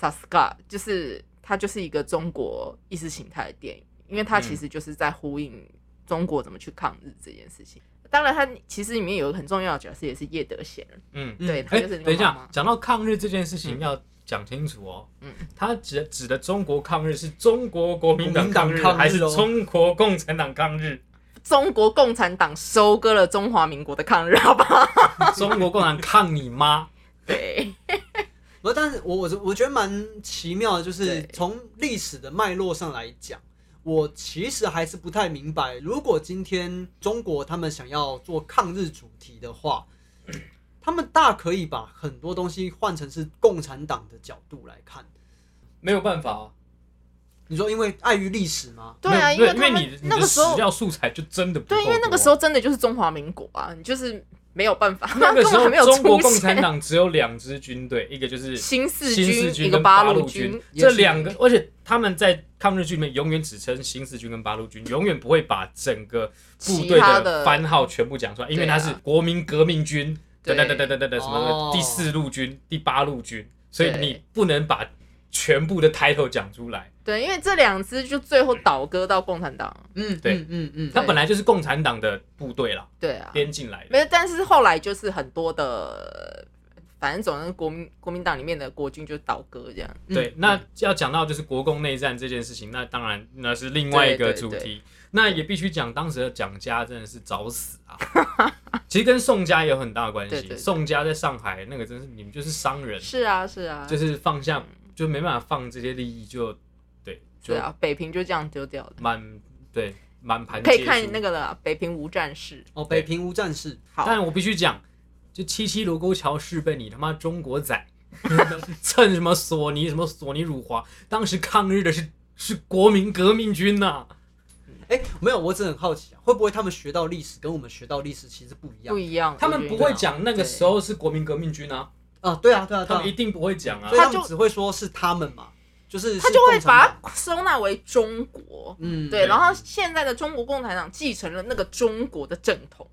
Speaker 4: ，Saska 就是它就是一个中国意识形态的电影，因为它其
Speaker 2: 嗯
Speaker 4: 实就是在呼应中国怎么去抗日这件事情。当然，它其实里面有一个很重要的角色，也是叶德娴，
Speaker 2: 嗯，
Speaker 4: 对，他
Speaker 2: 哎、
Speaker 4: 就是
Speaker 2: 等
Speaker 4: 那个
Speaker 2: 一
Speaker 4: 妈
Speaker 2: 下
Speaker 4: 妈，。
Speaker 2: 讲到抗日这件事情要讲清楚哦。
Speaker 4: 嗯
Speaker 2: 他指指的中国抗日是中国国民党抗日，
Speaker 1: 国民党抗日哦
Speaker 2: 还是中国共产党抗日？
Speaker 4: 中国共产党收割了中华民国的抗日，好不 好？
Speaker 2: 中国共产党抗你妈！
Speaker 4: 对，
Speaker 1: 不，但是我我我觉得蛮奇妙的，就是
Speaker 4: 对
Speaker 1: 从历史的脉络上来讲，我其实还是不太明白，如果今天中国他们想要做抗日主题的 话，他们大可以把很多东西换成是共产党的角度来看。
Speaker 2: 没有办法、啊，
Speaker 1: 你说，因为碍于历史吗？
Speaker 4: 对啊，
Speaker 2: 没有
Speaker 4: 为
Speaker 2: 因
Speaker 4: 他
Speaker 2: 你
Speaker 4: 们
Speaker 2: 的
Speaker 4: 那
Speaker 2: 你的
Speaker 4: 个时候
Speaker 2: 史，料素材就真的不
Speaker 4: 对，因为
Speaker 2: 够
Speaker 4: 那个时
Speaker 2: 多
Speaker 4: 候真的就是中华民国啊，你就是没有办法，
Speaker 2: 那个时
Speaker 4: 根本还没有
Speaker 2: 候中国
Speaker 4: 出
Speaker 2: 共
Speaker 4: 现
Speaker 2: 产党只有两支军队，一个就是
Speaker 4: 新四
Speaker 2: 新
Speaker 4: 军
Speaker 2: 军
Speaker 4: 一个
Speaker 2: 跟
Speaker 4: 八
Speaker 2: 路
Speaker 4: 路军
Speaker 1: 也
Speaker 2: 这
Speaker 1: 是
Speaker 2: 两个，而且他们在抗日剧里面永远只称新四军跟八路军，永远不会把整个部
Speaker 4: 其
Speaker 2: 队
Speaker 4: 他
Speaker 2: 的
Speaker 4: 的
Speaker 2: 番号全部讲出来，因为
Speaker 4: 对啊
Speaker 2: 它是国民革命军，等
Speaker 4: 对哦
Speaker 2: 等等等等等等什么
Speaker 1: 哦
Speaker 2: 的第四路军、第八路军，所以
Speaker 4: 对
Speaker 2: 你不能把全部的 title 讲出来。
Speaker 4: 对，因为这两支就最后倒戈到共产党。
Speaker 1: 嗯，
Speaker 2: 对
Speaker 1: 嗯嗯嗯，
Speaker 2: 它本来就是共产党的部队啦，
Speaker 4: 对啊，
Speaker 2: 编进来的。
Speaker 4: 没有，但是后来就是很多的，反正总之国民国民党里面的国军就倒戈这样。
Speaker 1: 嗯
Speaker 2: 对，那要讲到就是国共内战这件事情，那当然那是另外一个主题。
Speaker 4: 对对
Speaker 2: 那也必须讲，当时的蒋家真的是找死 啊！其实跟宋家也有很大的关系。
Speaker 4: 对对对
Speaker 2: 宋家在上海那个真是你们就是商人，
Speaker 4: 是啊，是啊，
Speaker 2: 就是放下就没办法放这些利益就，对就
Speaker 4: 对啊，北平就这样丢掉的。
Speaker 2: 满对满盘
Speaker 4: 可
Speaker 2: 皆
Speaker 4: 以
Speaker 2: 输。
Speaker 4: 看那个了，北平无战事。
Speaker 1: 哦，北平无战事，
Speaker 4: 好，
Speaker 2: 但我必须讲，就七七卢沟桥事被你他妈中国仔 蹭什么索尼什么索尼辱华，当时抗日的是是国民革命军呐、
Speaker 1: 哎，没有，我只是很好奇啊，会不会他们学到历史跟我们学到历史其实不一样
Speaker 4: 不一样，
Speaker 2: 他
Speaker 4: 我
Speaker 2: 们
Speaker 4: 觉得
Speaker 2: 不会讲那个时候是国民革命军啊，
Speaker 1: 啊？对啊，对啊，对
Speaker 2: 他
Speaker 1: 啊
Speaker 2: 们一，定不会讲啊
Speaker 1: 所以。他
Speaker 4: 他
Speaker 1: 们
Speaker 4: 就
Speaker 1: 只会说是他们嘛，就是
Speaker 4: 他
Speaker 1: 是
Speaker 4: 就会
Speaker 1: 共产党
Speaker 4: 把它收纳为中国。
Speaker 1: 嗯，
Speaker 4: 对，
Speaker 2: 对
Speaker 4: 然后现在的中国共产党继承了那个中国的正统。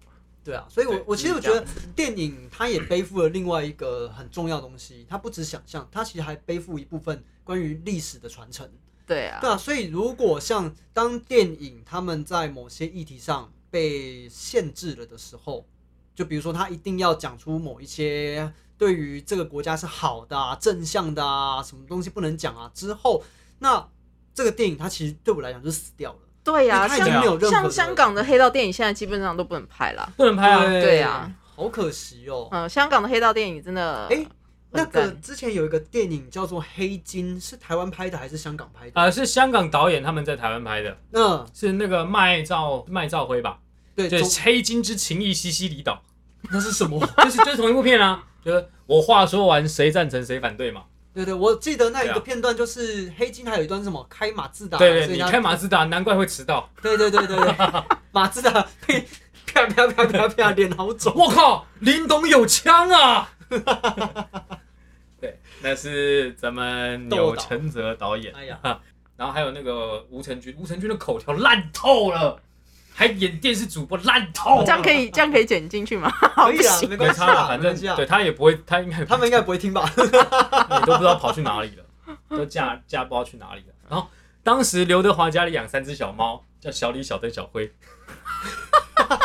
Speaker 1: 对啊，所以我
Speaker 2: 对
Speaker 1: 我其实
Speaker 4: 嗯
Speaker 1: 我觉
Speaker 4: 这
Speaker 1: 得
Speaker 4: 样
Speaker 1: 电影它也背负了另外一个很重要的东西，它不止想象，它其实还背负一部分关于历史的传承。
Speaker 4: 对啊
Speaker 1: 对，啊，所以如果像当电影他们在某些议题上被限制了的时候，就比如说他一定要讲出某一些对于这个国家是好的、啊、正向的啊，什么东西不能讲啊之后，那这个电影它其实对我来讲就死掉了。
Speaker 4: 对呀、
Speaker 1: 他已经没有
Speaker 4: 像
Speaker 1: 任何
Speaker 4: 像
Speaker 1: 的
Speaker 4: 香港的黑道电影现在基本上都不能拍啦。
Speaker 2: 不能拍啊。
Speaker 4: 对啊，
Speaker 1: 好可惜哦。
Speaker 4: 嗯，香港的黑道电影真的，
Speaker 1: 哎那
Speaker 4: 很
Speaker 1: 个
Speaker 4: 赞
Speaker 1: 之前有一个电影叫做《黑金》，是台湾拍的还是香港拍的？
Speaker 2: 啊，是香港导演他们在台湾拍的，
Speaker 1: 嗯，
Speaker 2: 是那个麦兆麦兆辉吧？
Speaker 1: 对，
Speaker 2: 对，
Speaker 1: 中
Speaker 2: 《黑金之情义西西里岛
Speaker 1: 那是什么？》
Speaker 2: 就是就是同一部片啊。就是我话说完，谁赞成谁反对 嘛？
Speaker 1: 对对，我记得那一
Speaker 2: 对
Speaker 1: 个
Speaker 2: 啊
Speaker 1: 片段就是黑金还有一段是什么开马自达，
Speaker 2: 对
Speaker 1: 啊所
Speaker 2: 对，
Speaker 1: 以
Speaker 2: 你
Speaker 1: 他
Speaker 2: 开马自达，难怪会迟到。
Speaker 1: 对对对对 对，马自达呸 啪啪啪啪啪，脸好肿。
Speaker 2: 我靠，林董有枪啊！ 对，那是咱们
Speaker 1: 窦
Speaker 2: 钮
Speaker 1: 导
Speaker 2: 承泽导演，
Speaker 1: 哎呀，
Speaker 2: 然后还有那个吴承君，吴承君的口条烂透了，还演电视主播烂透
Speaker 4: 这样
Speaker 2: 了。
Speaker 4: 可以这样可以剪进去吗？
Speaker 1: 可以啊，
Speaker 4: 行
Speaker 1: 没
Speaker 2: 没
Speaker 1: 关系
Speaker 2: 差了，
Speaker 1: 啊，
Speaker 2: 反
Speaker 1: 没关系
Speaker 2: 正
Speaker 1: 啊
Speaker 2: 对，他也不会，他应 该
Speaker 1: 他们应该不会听吧？
Speaker 2: 也都不知道跑去哪里了，都嫁嫁不知道去哪里了。然后当时刘德华家里养三只小猫，叫小李、小邓、小辉，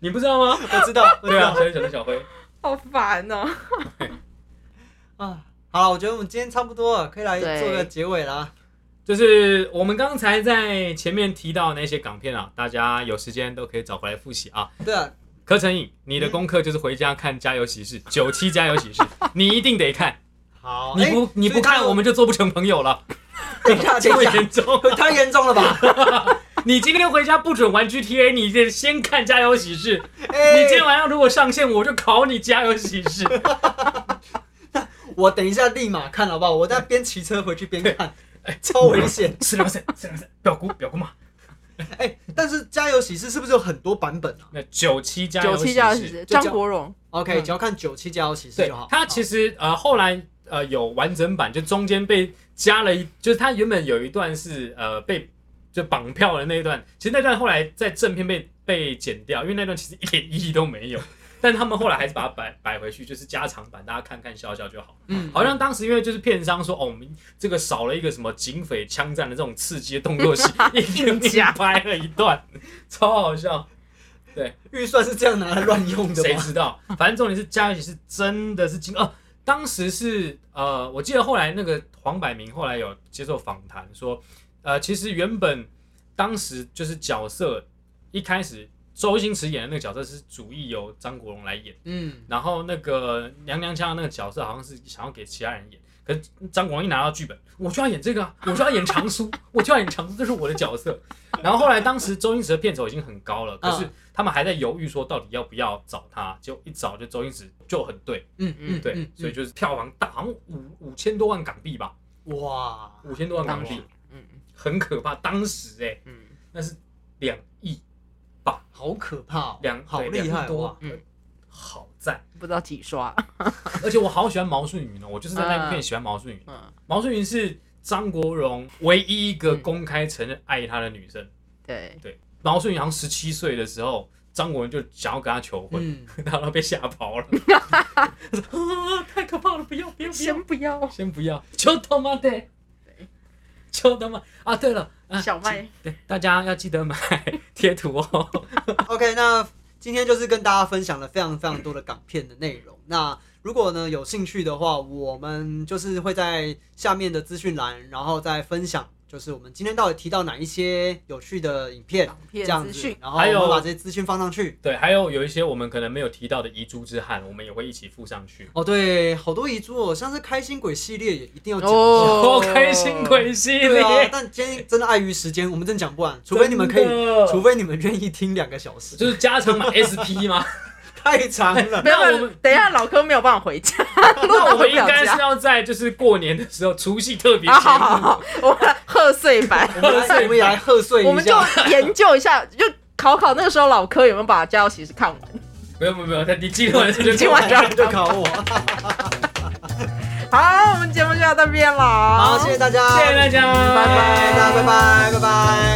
Speaker 2: 你不知道吗？
Speaker 1: 我知 道，我知
Speaker 2: 对啊，
Speaker 1: 道
Speaker 2: 小李、小邓、小辉。
Speaker 4: 好烦哦、
Speaker 1: 啊。好了，我觉得我们今天差不多了，可以来
Speaker 4: 对
Speaker 1: 做个结尾啦。
Speaker 2: 就是我们刚才在前面提到那些港片啊，大家有时间都可以找回来复习啊。
Speaker 1: 对啊，
Speaker 2: 柯晨颖，你的功课就是回家看《家有喜 事》九七《家有喜事》，你一定得看，
Speaker 1: 好，
Speaker 2: 你
Speaker 1: 哎
Speaker 2: 不你不看我们就做不成朋友了，
Speaker 1: 所以 他有
Speaker 2: 这
Speaker 1: 等
Speaker 2: 么
Speaker 1: 一下，等
Speaker 2: 严重。
Speaker 1: 一下，太严重了 吧？
Speaker 2: 你今天回家不准玩 GTA，你得先看《家有喜事》。
Speaker 1: 哎
Speaker 2: 你今天晚上如果上线，我就考你《家有喜 事》。
Speaker 1: 我等一下立马看好不好？我在边骑车回去 边看，
Speaker 2: 哎
Speaker 1: 超危险。
Speaker 2: 是不是？是不是？表姑表姑嘛，
Speaker 1: 哎、但是《家有喜事》是不是有很多版本啊
Speaker 2: 那九七《家
Speaker 4: 九
Speaker 2: 有
Speaker 4: 七加二
Speaker 2: 喜
Speaker 4: 十
Speaker 2: 事》
Speaker 4: 四，
Speaker 1: 就
Speaker 4: 张
Speaker 1: 叫
Speaker 4: 国荣
Speaker 1: ？OK，、
Speaker 4: 嗯
Speaker 1: 只要看九七《家有喜事》
Speaker 2: 对
Speaker 1: 就好。，
Speaker 2: 它其
Speaker 1: 实
Speaker 2: 实呃后来呃有完整版，就中间被加了一，就是它原本有一段是呃被就绑票的那一段，其实那段后来在正片被被剪掉，因为那段其实一点意义都没有。 但他们后来还是把它摆摆回去，就是加长版，大家看看笑笑就好。
Speaker 1: 嗯
Speaker 2: 好像当时因为就是片商说，哦，我们这个少了一个什么警匪枪战的这种刺激的动作 戏，硬加 拍了一段，超好笑。
Speaker 1: 预算是这样拿来乱用 的
Speaker 2: 谁
Speaker 1: 吗？
Speaker 2: 知道？反正重点是加一起是真的是惊哦、当时是呃，我记得后来那个黄百鸣后来有接受访谈说，呃，其实原本当时就是角色一开始周星驰演的那个角色是主意由张国荣来演，
Speaker 1: 嗯，
Speaker 2: 然后那个娘娘腔的那个角色好像是想要给其他人演，可是张国荣一拿到剧本，我就要演这个、啊， 我就要演长苏，我就要演长苏，这是我的角色。然后后来当时周星驰的片酬已经很高了，可是他们还在犹豫说到底要不要找他，结果一找就周星驰就很对，
Speaker 1: 嗯嗯，
Speaker 2: 对，
Speaker 1: 嗯
Speaker 2: 所以就是票房大，好像五五千多万港币吧，
Speaker 1: 哇，
Speaker 2: 五千多万港
Speaker 4: 当
Speaker 2: 币
Speaker 4: 时，，嗯
Speaker 2: 很可怕。当时哎、
Speaker 4: 嗯，
Speaker 2: 那是两亿，
Speaker 1: 好可怕、哦，
Speaker 2: 两
Speaker 1: 好
Speaker 2: 对
Speaker 1: 厉
Speaker 2: 两
Speaker 1: 害
Speaker 2: 亿多
Speaker 1: 哇！，
Speaker 4: 嗯
Speaker 2: 好赞。
Speaker 4: 不知道几刷，
Speaker 2: 而且我好喜欢毛舜筠哦，我就是在那部片喜欢毛舜筠。
Speaker 4: 嗯，
Speaker 2: 毛舜筠是张国荣唯一一个公开承认爱他的女生。
Speaker 4: 对，
Speaker 2: 毛舜筠好像十七岁的时候，张国荣就想要跟她求婚，
Speaker 1: 嗯，
Speaker 2: 然后她被吓跑了。他说啊，太可怕了，不要，不要，不要
Speaker 4: 先，不要
Speaker 2: 先不要，求他妈的，求他妈啊！对了，啊、
Speaker 4: 小麦，
Speaker 2: 对大家要记得买贴图哦。
Speaker 1: OK，那今天就是跟大家分享了非常非常多的港片的内容。那如果呢有兴趣的话，我们就是会在下面的资讯栏，然后再分享，就是我们今天到底提到哪一些有趣的影片，
Speaker 4: 片
Speaker 1: 这样
Speaker 4: 资
Speaker 1: 子
Speaker 4: 讯，
Speaker 1: 然后我
Speaker 2: 还有
Speaker 1: 们把这些资讯放上去。
Speaker 2: 对，还有有一些我们可能没有提到的遗珠之憾，我们也会一起附上去。
Speaker 1: 哦，对，好多遗珠哦，像是开心鬼系列也一定要讲一下。
Speaker 4: 哦
Speaker 2: 开心鬼系
Speaker 1: 对
Speaker 2: 列，
Speaker 1: 啊，但今天真的碍于时间，我们真的讲不完，除非你们可以
Speaker 2: 真，的
Speaker 1: 除非你们愿意听两个小时，
Speaker 2: 就是加长版 SP 吗？
Speaker 1: 太长 了。
Speaker 4: 没有，
Speaker 2: 那
Speaker 4: 我
Speaker 2: 我们
Speaker 4: 们等一下老柯没有办法回家，
Speaker 2: 那
Speaker 4: 那
Speaker 2: 我们应该是要在就是过年的时候，除夕特别
Speaker 4: 啊，
Speaker 2: 节
Speaker 4: 好好
Speaker 2: 目，
Speaker 4: 好，我们贺岁版，
Speaker 1: 我们来，我们也来贺岁
Speaker 4: 我
Speaker 1: 一
Speaker 4: 们就
Speaker 1: 下。
Speaker 4: 研究一下，就考考那个时候老柯有没有把《家有喜事》看完。
Speaker 2: 没有没有没有，他你今晚就
Speaker 4: 今晚 就要
Speaker 1: 就考我。
Speaker 4: 好，我们节目就到这边了，
Speaker 1: 好，谢谢大家，
Speaker 2: 谢谢大家，
Speaker 4: 拜拜
Speaker 1: 大家拜拜，拜拜。